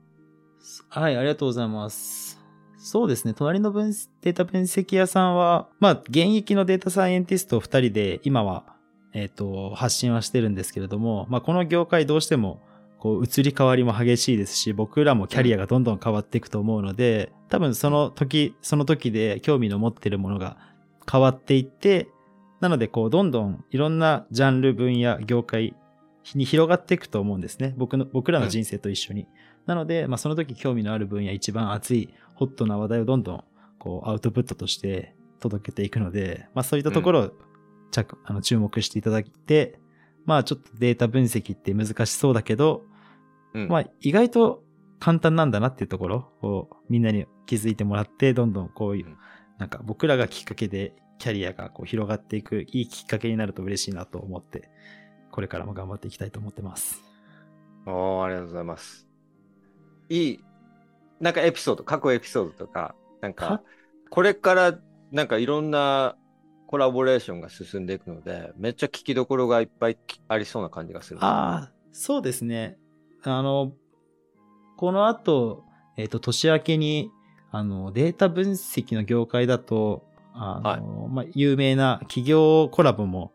S5: はい、ありがとうございます。そうですね、隣の分データ分析屋さんは、まあ、現役のデータサイエンティスト2人で、今は、えっ、と、発信はしてるんですけれども、まあ、この業界どうしても、こう、移り変わりも激しいですし、僕らもキャリアがどんどん変わっていくと思うので、多分その時、その時で興味の持ってるものが変わっていって、なので、こう、どんどんいろんなジャンル、分野、業界に広がっていくと思うんですね。僕の、僕らの人生と一緒に。なので、まあ、その時興味のある分野、一番熱い、ホットな話題をどんどん、こう、アウトプットとして届けていくので、まあ、そういったところを着、あの注目していただいて、まあ、ちょっとデータ分析って難しそうだけど、
S3: うん
S5: まあ、意外と簡単なんだなっていうところをみんなに気づいてもらって、どんどんこういう
S3: うん、
S5: なんか僕らがきっかけでキャリアがこう広がっていく、いいきっかけになると嬉しいなと思って、これからも頑張っていきたいと思ってます。
S3: おーありがとうございます。いいなんかエピソード過去エピソードとかなん
S5: は
S3: かこれからなんかいろんなコラボレーションが進んでいくのでめっちゃ聞きどころがいっぱいきありそうな感じがする。
S5: ああ、そうですね。あの、この後、えっ、と、年明けに、あの、データ分析の業界だと、あの、まあ、有名な企業コラボも、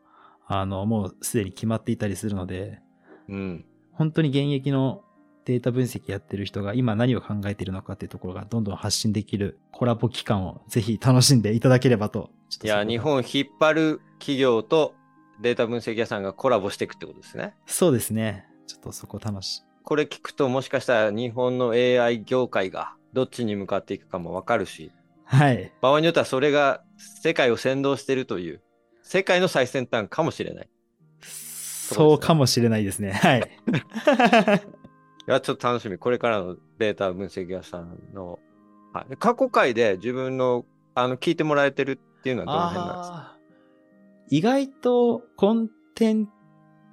S5: あの、もうすでに決まっていたりするので、
S3: うん
S5: 本当に現役のデータ分析やってる人が今何を考えているのかっていうところがどんどん発信できるコラボ期間をぜひ楽しんでいただければと。ちょっと
S3: いや、日。本を引っ張る企業とデータ分析屋さんがコラボしていくってことですね。
S5: そうですね。ちょっとそこ楽し
S3: これ聞くと、もしかしたら日本の AI 業界がどっちに向かっていくかもわかるし、
S5: はい。
S3: 場合によってはそれが世界を先導してるという、世界の最先端かもしれない。
S5: そうかもしれないですね。 はい。
S3: いや、ちょっと楽しみ。これからのデータ分析屋さんの、はい、過去回で自分のあの聞いてもらえてるっていうのはどの辺なんですか
S5: あー意外とコンテン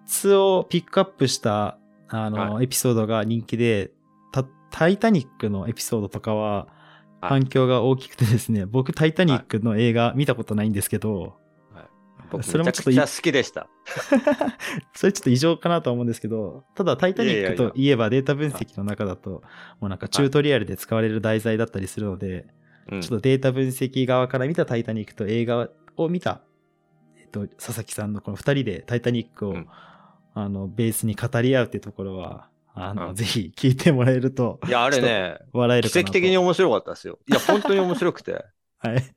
S5: ツをピックアップした、あの、
S3: は
S5: エピソードが人気で、た、タイタニックのエピソードとかは、
S3: はい
S5: 反響が大きくてですね、 僕、タイタニックの映画見たことないんですけど、
S3: 僕
S5: それ
S3: め
S5: も
S3: ち
S5: ちょっ
S3: ゃく
S5: と
S3: ちゃ好きでした。
S5: それちょっと異常かなとは思うんですけど、ただタイタニックといえばデータ分析の中だと、もうなんかチュートリアルで使われる題材だったりするので、
S3: うん
S5: ちょっとデータ分析側から見たタイタニックと映画を見た、えっと、佐々木さんのこの二人でタイタニックを、
S3: うん
S5: あの、ベースに語り合うっていうところは、あの、
S3: うん
S5: ぜひ聞いてもらえると
S3: いや、あれね、
S5: 笑えるか
S3: 奇
S5: な
S3: 跡
S5: と。
S3: 的に面白かったですよ。いや、本当に面白くて。
S5: はい。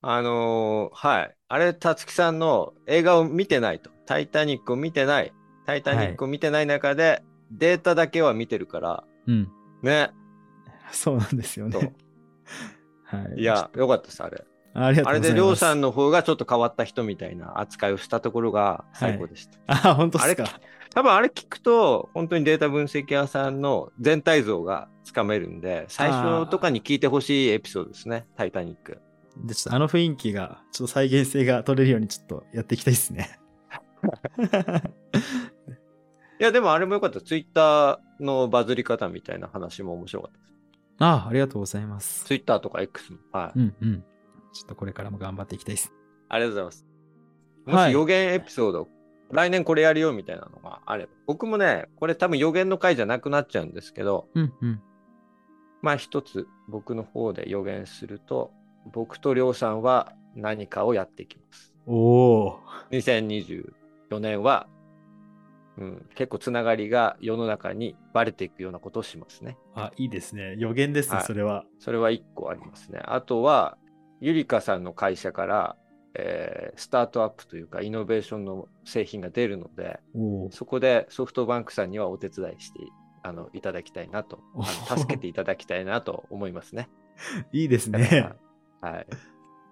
S3: あのーはい。あれ、たつきさんの映画を見てないと。タイタニックを見てない。タイタニックを見てない中で、データだけは見てるから、
S5: うん。
S3: ね。
S5: そうなんですよ
S3: そ
S5: ね
S3: う。
S5: はい。
S3: いや、よかったです、あれ。
S5: ありがと
S3: あ
S5: うござい
S3: れ
S5: ます。
S3: で、りょうさんの方がちょっと変わった人みたいな扱いをしたところが最高でした。
S5: あ、本当ですか。
S3: 多分あれ聞くと、本当にデータ分析屋さんの全体像がつかめるんで、最初とかに聞いてほしいエピソードですね、タイタニック。
S5: で、ちょっとあの雰囲気が、ちょっと再現性が取れるようにちょっとやっていきたいですね。
S3: いや、でもあれもよかった。ツイッターのバズり方みたいな話も面白かったです。
S5: ああ、りがとうございます。
S3: ツイッターとか X も。はい。
S5: うんうん。ちょっとこれからも頑張っていきたいです。
S3: ありがとうございます。も
S5: は
S3: し
S5: い
S3: 予言エピソード、来年これやるよみたいなのがあれば、僕もね、これ多分予言の回じゃなくなっちゃうんですけど、
S5: うんうん。
S3: まあ一つ僕の方で予言すると、僕とりょうさんは何かをやっていきます。
S5: おお。
S3: 2024年は、うん、結構つながりが世の中にバレていくようなことをしますね。
S5: あ、いいですね。予言です
S3: は
S5: ね
S3: い、
S5: それは。
S3: それは1個ありますね。あとは、ゆりかさんの会社から、えースタートアップというか、イノベーションの製品が出るので、
S5: おお。
S3: そこでソフトバンクさんにはお手伝いしてあのいただきたいなと、あの助けていただきたいなと思いますね。
S5: いいです
S3: だか
S5: ね
S3: ら。はい、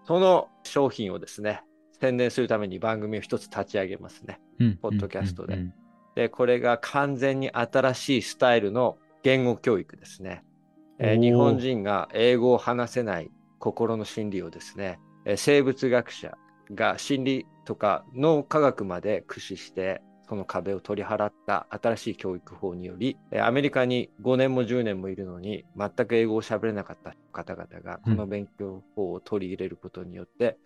S3: その商品をですね、宣伝するために番組を一つ立ち上げますね。
S5: うん
S3: ポッドキャストで
S5: うんうん
S3: で、これが完全に新しいスタイルの言語教育ですね。えー
S5: おー
S3: 日本人が英語を話せない心の心理をですね、えー生物学者が心理とか脳科学まで駆使して、その壁を取り払った新しい教育法により、えーアメリカに5年も10年もいるのに、全く英語を喋れなかった方々が、こ
S5: うん
S3: の勉強法を取り入れることによって、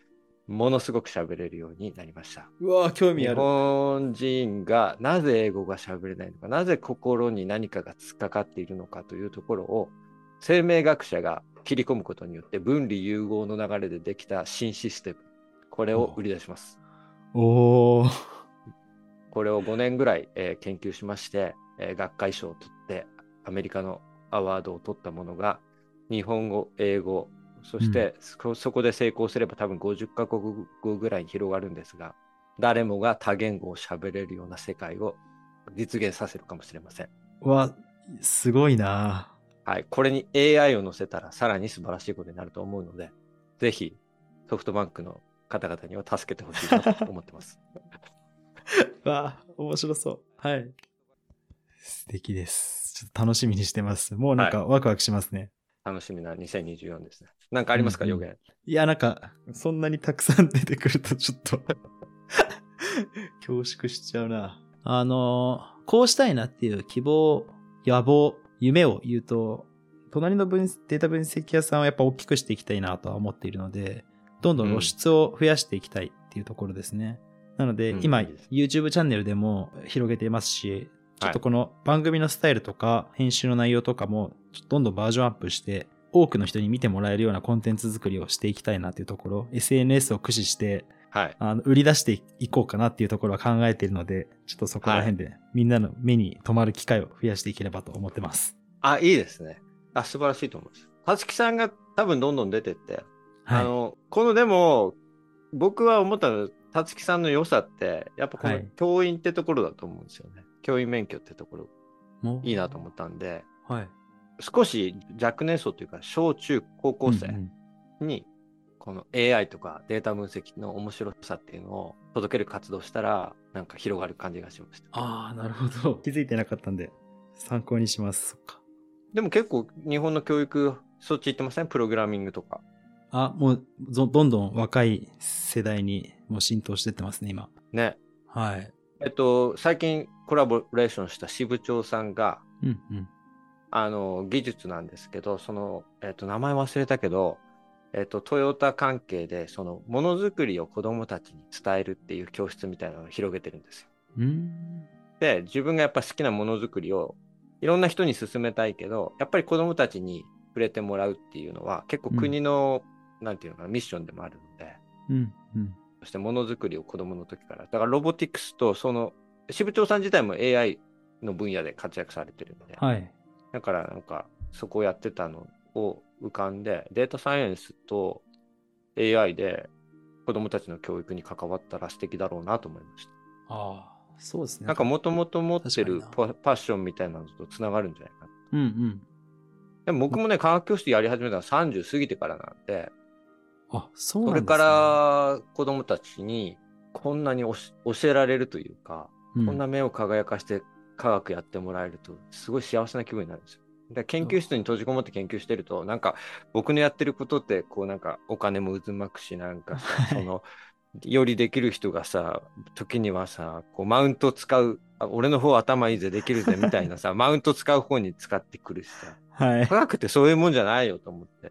S3: ものすごく喋れるようになりました。
S5: うわー、興味
S3: 日
S5: ある。
S3: 本人がなぜ英語が喋れないのか、なぜ心に何かが突っかかっているのかというところを生命学者が切り込むことによって分離融合の流れでできた新システム、これを売り出します。
S5: おお。
S3: これを5年ぐらい、えー研究しまして、えー学会賞を取ってアメリカのアワードを取ったものが日本語、英語、そしてそそこで成功すれば多分50カ国語ぐらいに広がるんですが、誰もが多言語を喋れるような世界を実現させるかもしれません。
S5: わ、すごいな。
S3: はい、これに AI を乗せたらさらに素晴らしいことになると思うので、ぜひソフトバンクの方々には助けてほしいなと思っ てます。
S5: わ、面白そう。はい。素敵です。ちょっと楽しみにしてます。もうなんかワクワクしますね。
S3: 楽しみな2024ですね。なんかありますか、
S5: うんう
S3: 予
S5: ん
S3: 言。
S5: いや、なんか、そんなにたくさん出てくるとちょっと、 恐縮しちゃうな。あのー、こうしたいなっていう希望、野望、夢を言うと、隣の分データ分析屋さんをやっぱ大きくしていきたいなとは思っているので、どんどん露出を増やしていきたいっていうところですね。なので、
S3: うん
S5: 今、
S3: いいです
S5: YouTube チャンネルでも広げていますし、ちょっ
S3: はい
S5: とこの番組のスタイルとか編集の内容とかもちょっとどんどんバージョンアップして多くの人に見てもらえるようなコンテンツ作りをしていきたいなというところ SNS を駆使して
S3: はい。
S5: あの売り出していこうかなっていうところは考えているのでちょっとそこら辺でみんなの目に留まる機会を増やしていければと思ってます。
S3: あ、いいですね。あ、素晴らしいと思います。たつきさんが多分どんどん出てって、
S5: は
S3: あ
S5: い、
S3: の、このでも、僕は思ったのは、たつきさんの良さって、やっぱこ
S5: は
S3: の
S5: い
S3: 教員ってところだと思うんですよね。教員免許ってところ、
S5: もう
S3: いいなと思ったんで、
S5: はい。
S3: 少し若年層というか、小中高校
S5: うんう
S3: 生
S5: ん
S3: に、この AI とかデータ分析の面白さっていうのを届ける活動したら、なんか広がる感じがしました。
S5: ああ、なるほ ど。気づいてなかったんで参考にします。そっか。
S3: でも結構、日本の教育、そっち行ってませんプログラミングとか。
S5: あ、もうぞどんどん若い世代にもう浸透してってますね、今。
S3: ね。
S5: はい。
S3: えっと、最近コラボレーションした支部長さんが、
S5: うんうん。
S3: あの、技術なんですけど、その、えっと、名前忘れたけど、えっと、トヨタ関係で、その、ものづくりを子供たちに伝えるっていう教室みたいなのを広げてるんですよ。
S5: うん。
S3: で、自分がやっぱ好きなものづくりを、いろんな人に勧めたいけど、やっぱり子供たちに触れてもらうっていうのは、結構国の、なんていうのかな、ミッションでもあるので、
S5: うんうん。
S3: そしてものづくりを子供の時から。だからロボティクスと、その、支部長さん自体も AI の分野で活躍されてるので、
S5: はい。
S3: だからなんか、そこをやってたのを浮かんで、データサイエンスと AI で子供たちの教育に関わったら素敵だろうなと思いました。
S5: ああ、そうですね。
S3: なんかもともと持ってる
S5: 確か
S3: パパッションみたいなのとつながるんじゃないかな。
S5: うんうん。
S3: でも僕もね、科学教室やり始めたのは30過ぎてからなんで、
S5: あ、そうな
S3: こ
S5: ん
S3: れ
S5: ですね。
S3: から子供たちにこんなにおし教えられるというか、
S5: うん、
S3: こんな目を輝かして科学やってもらえると、すごい幸せな気分になるんですよ。で研究室に閉じこもって研究してると、なんか僕のやってることって、こうなんかお金も渦巻くし、なんかさ、
S5: はい
S3: その、よりできる人がさ、時にはさ、こうマウント使う、あ俺の方頭いいぜ、できるぜ、みたい なさ、マウント使う方に使ってくるしさ、
S5: はい
S3: 科。学ってそういうもんじゃないよと思って、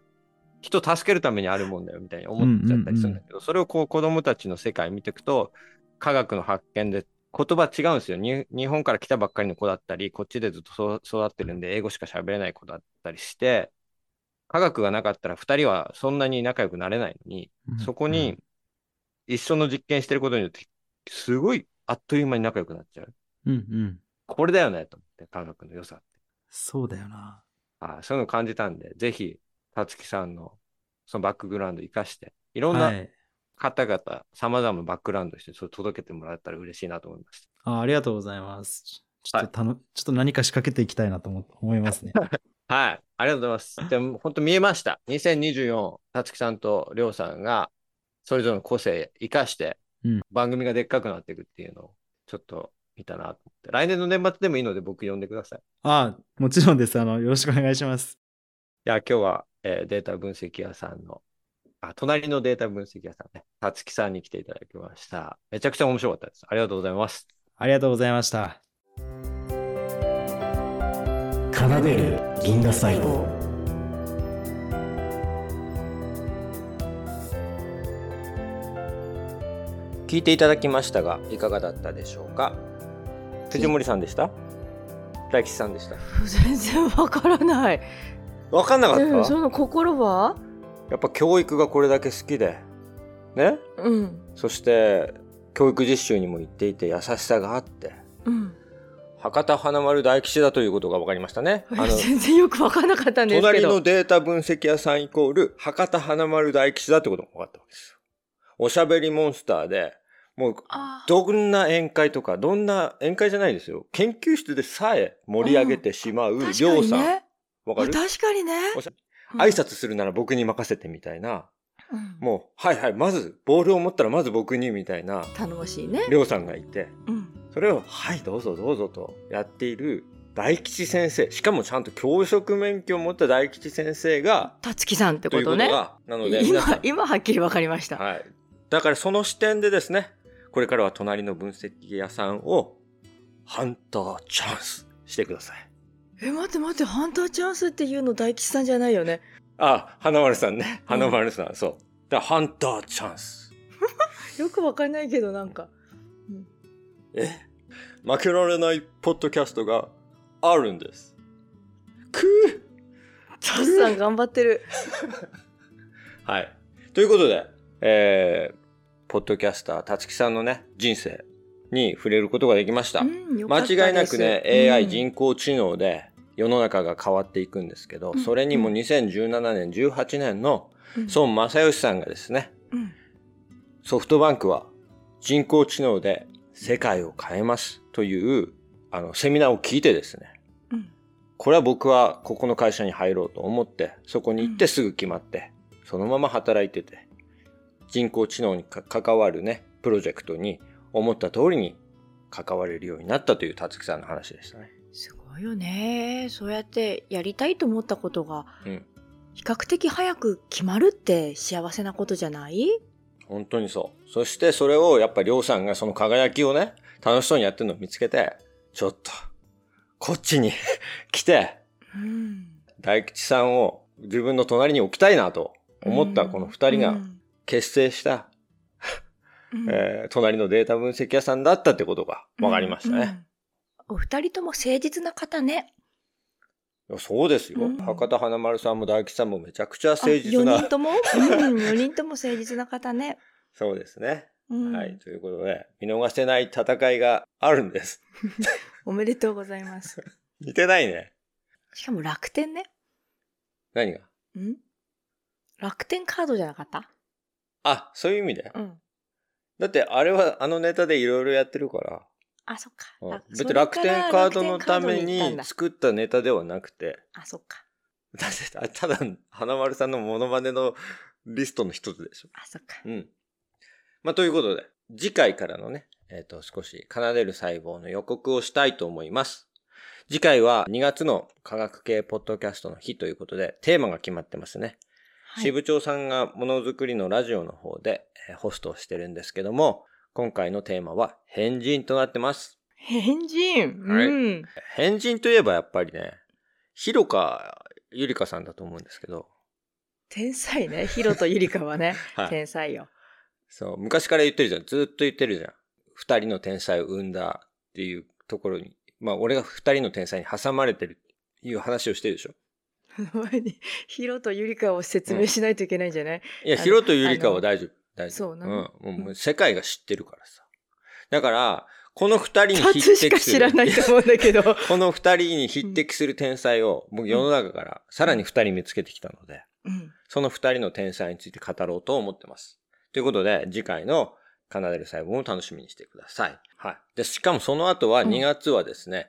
S3: 人助けるためにあるもんだよみたいに思っちゃったりするんだけど、それをこう子供たちの世界見ていくと、科学の発見で言葉違うんですよに。日本から来たばっかりの子だったり、こっちでずっとそう育ってるんで、英語しか喋れない子だったりして、科学がなかったら2人はそんなに仲良くなれないのに、 そこに一緒の実験してることによって、すごいあっという間に仲良くなっちゃう。
S5: うん、うんうん。
S3: これだよねと思って、科学の良さ。
S5: そうだよな。
S3: あそういうのを感じたんで、ぜひ、たつきさんのそのバックグラウンド生かして、いろん
S5: は。
S3: ない方々、様々なバックグラウンドして、それ届けてもらったら嬉しいなと思いまし
S5: あありがとうございます。ちちょっとたの、ちょっと何か仕掛けていきたいなと思思いますね。
S3: た。はい。ありがとうござい ます。でも、本当見えました。2024、たつきさんとりょうさんが、それぞれの個性生かして
S5: うん、
S3: 番組がでっかくなっていくっていうのを、ちょっと見たなと思って。来年の年末でもいいので、僕呼んでください。い
S5: ああ、もちろんです。あの、よろしくお願いします。
S3: や、今日は、えーデータ分析屋さんの、あ、隣のデータ分析屋さんね、たつきさんに来ていただきました。めちゃくちゃ面白かったです。ありがとうございます。
S5: ありがとうございました。
S1: 奏でる銀河細胞
S3: 聞いていただきましたがいかがだったでしょうか藤森さんでした大吉さんでした
S4: 全然わからない。
S3: 分かんなかった、
S4: うん、その心は
S3: やっぱ教育がこれだけ好きでね
S4: うん。
S3: そして教育実習にも行っていて優しさがあって
S4: うん。
S3: 博多華丸大吉だということが分かりましたねあの
S4: 全然よくわからなかったんですけ
S3: 隣
S4: ど。
S3: のデータ分析屋さんイコール博多華丸大吉だってことが分かったわけですよおしゃべりモンスターでもう
S4: あー
S3: どんな宴会とか、どんな宴会じゃないですよ。研究室でさえ盛り上げてしまう、
S4: 確
S3: り
S4: か
S3: ょう
S4: に
S3: さん。
S4: ね。
S3: わか
S4: あ
S3: る
S4: 確かにね。
S3: おしゃ
S4: うん
S3: 挨拶するなら僕に任せてみたいな。
S4: うん
S3: もう、はいはい、まず、ボールを持ったらまず僕にみたいな、
S4: 頼もしいね。
S3: りょうさんがいて、
S4: うん。
S3: それを、はい、どうぞどうぞとやっている大吉先生、しかもちゃんと教職免許を持った大吉先生が、
S4: たつきさんって
S3: と
S4: こ
S3: いうことと
S4: ね。
S3: が、なので、皆さ
S4: 今
S3: ん、
S4: 今はっきりわかりました。
S3: はい。だからその視点でですね、これからは隣の分析屋さんをハンターチャンスしてください。
S4: え待って待ってハンターチャンスっていうの大吉さんじゃないよね。
S3: あ、花丸さんね。
S4: うん
S3: 花丸さん、そう。だからハンターチャンス。
S4: よくわかんないけどなんか。
S3: え負けられないポッドキャストがあるんです。くぅ
S4: タツさん頑張ってる。
S3: はい。ということで、えー、ポッドキャスター、たつきさんのね、人生に触れることができました。
S4: うんよかったです
S3: 間違いなくね、AI、
S4: うん
S3: 人工知能で世の中が変わっていくんですけど、
S4: うん
S3: それにも2017年、18年の孫正義さんがですね、
S4: うん
S3: ソフトバンクは人工知能で世界を変えますというあのセミナーを聞いてですね、
S4: うん
S3: これは僕はここの会社に入ろうと思って、そこに行ってすぐ決まって、そのまま働いてて、人工知能にか関わるね、プロジェクトに思った通りに関われるようになったというたつきさんの話でしたね。
S4: すごいよね。そうやってやりたいと思ったことが
S3: うん。
S4: 比較的早く決まるって幸せなことじゃない？
S3: 本当にそう。そしてそれをやっぱりょうさんがその輝きをね、楽しそうにやってるのを見つけて、ちょっと、こっちに 来て、
S4: うん
S3: 大吉さんを自分の隣に置きたいなと思ったこの二人
S4: う
S3: が
S4: ん
S3: 結成した、
S4: うん
S3: えー隣のデータ分析屋さんだったってことが分かりましたね。
S4: うんお二人とも誠実な方ね。
S3: いやそうですよ、
S4: うん
S3: 博多華丸さんも大吉さんもめちゃくちゃ
S4: あ
S3: 誠実
S4: 4
S3: な
S4: 人。とも、うん、4人とも誠実な方ね。
S3: そうですね。
S4: うん
S3: はい。ということで、見逃せない戦いがあるんです。
S4: おめでとうございます。
S3: 似てないね。
S4: しかも楽天ね。
S3: 何が
S4: ん楽天カードじゃなかった
S3: あ、そういう意味で。
S4: うん。
S3: だって、あれはあのネタでいろいろやってるから。
S4: あ、そっか。
S3: うん
S4: ら
S3: 別
S4: そ
S3: に
S4: れから
S3: 楽天カードの
S4: 楽天カー
S3: ため
S4: ド行ったん
S3: に
S4: だ
S3: 作ったネタではなくて、
S4: あ、そっか。
S3: だってあただ、花丸さんのモノマネのリストの一つでしょ。
S4: あ、そっか。
S3: うん。まあ、ということで、次回からのね、えっ、と、少し奏でる細胞の予告をしたいと思います。次回は2月の科学系ポッドキャストの日ということで、テーマが決まってますね。
S4: はい
S3: 支部長さんがものづくりのラジオの方で、えーホストをしてるんですけども、今回のテーマは変人となってます。
S4: 変人、
S3: はい
S4: うん。
S3: 変人といえばやっぱりね、ひろかゆりかさんだと思うんですけど、
S4: 天才 ね。ヒロとユリカはね、
S3: はい。
S4: 天才よ。
S3: そう、昔から言ってるじゃん。ずっと言ってるじゃん。二人の天才を生んだっていうところに、まあ俺が二人の天才に挟まれてるっていう話をしてるでしょ。
S4: 前にヒロとユリカを説明しないといけないんじゃない、
S3: いや、
S4: あの
S3: ヒロとゆりかは大丈夫。大丈夫。
S4: そうな
S3: うん
S4: の。
S3: もう。もう世界が知ってるからさ。だから、この二人に
S4: パ
S3: 匹
S4: ツしか
S3: 敵す
S4: 知
S3: る
S4: ら。ないと思うんだけど。
S3: この二人に匹敵する天才を、僕世の中からさらに二人見つけてきたので、
S4: うん。
S3: その二人の天才について語ろうと思ってます。ということで、次回の奏でる細胞も楽しみにしてください。はい。で、しかもその後は
S4: うん
S3: 2月はですね、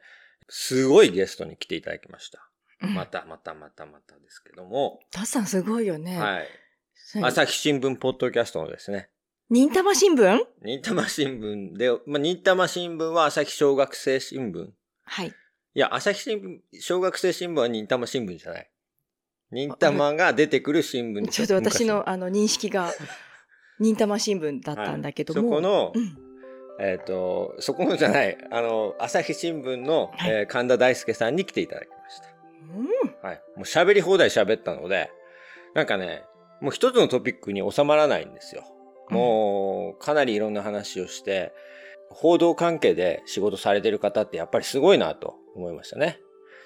S3: すごいゲストに来ていただきました。
S4: うん
S3: またまたまたまたですけども、
S4: タッさんすごいよね。
S3: はい。
S4: 何
S3: 朝日新聞ポッドキャストのですね、
S4: 忍たま新聞
S3: 新玉新聞で、まあ、新玉新聞は朝日小学生新聞。
S4: はい。
S3: いや、朝日新聞、小学生新聞は忍たま新聞じゃない。忍たまが出てくる新聞
S4: ちょっと私
S3: 昔
S4: のあの認識が、忍たま新聞だったんだけども。
S3: はいそこの、
S4: うん
S3: えっ、と、そこのじゃない、あの、朝日新聞の、
S4: はい
S3: えー神田大輔さんに来ていただきまし
S4: うん
S3: た。はい。もう喋り放題喋ったので、なんかね、もう一つのトピックに収まらないんですよ。もう、かなりいろんな話をして、報道関係で仕事されてる方ってやっぱりすごいなと思いましたね。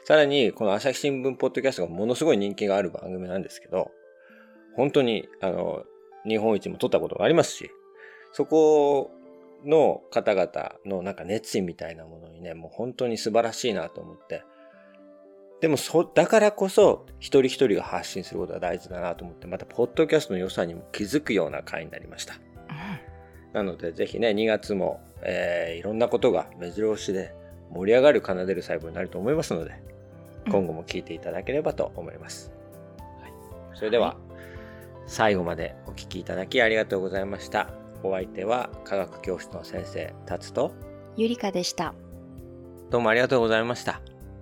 S3: さらに、この朝日新聞ポッドキャストがものすごい人気がある番組なんですけど、本当に、あの、日本一も取ったことがありますし、そこの方々のなんか熱意みたいなものにね、もう本当に素晴らしいなと思って、でもそ、だからこそ、一人一人が発信することが大事だなと思って、また、ポッドキャストの良さにも気づくような回になりました。なので、ぜひね、2月も、えーいろんなことが目白押しで盛り上がる奏でる細胞になると思いますので、
S4: うん
S3: 今後も聞いていただければと思います。はい、それでは、最後までお聞きいただきありがとうございました。お相手は科学教室の先生、達と、
S2: ゆりかでした。
S3: どうもありがとうございました。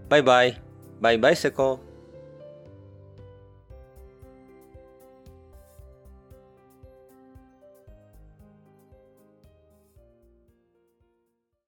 S3: バイバイ。バイバイ、セコー。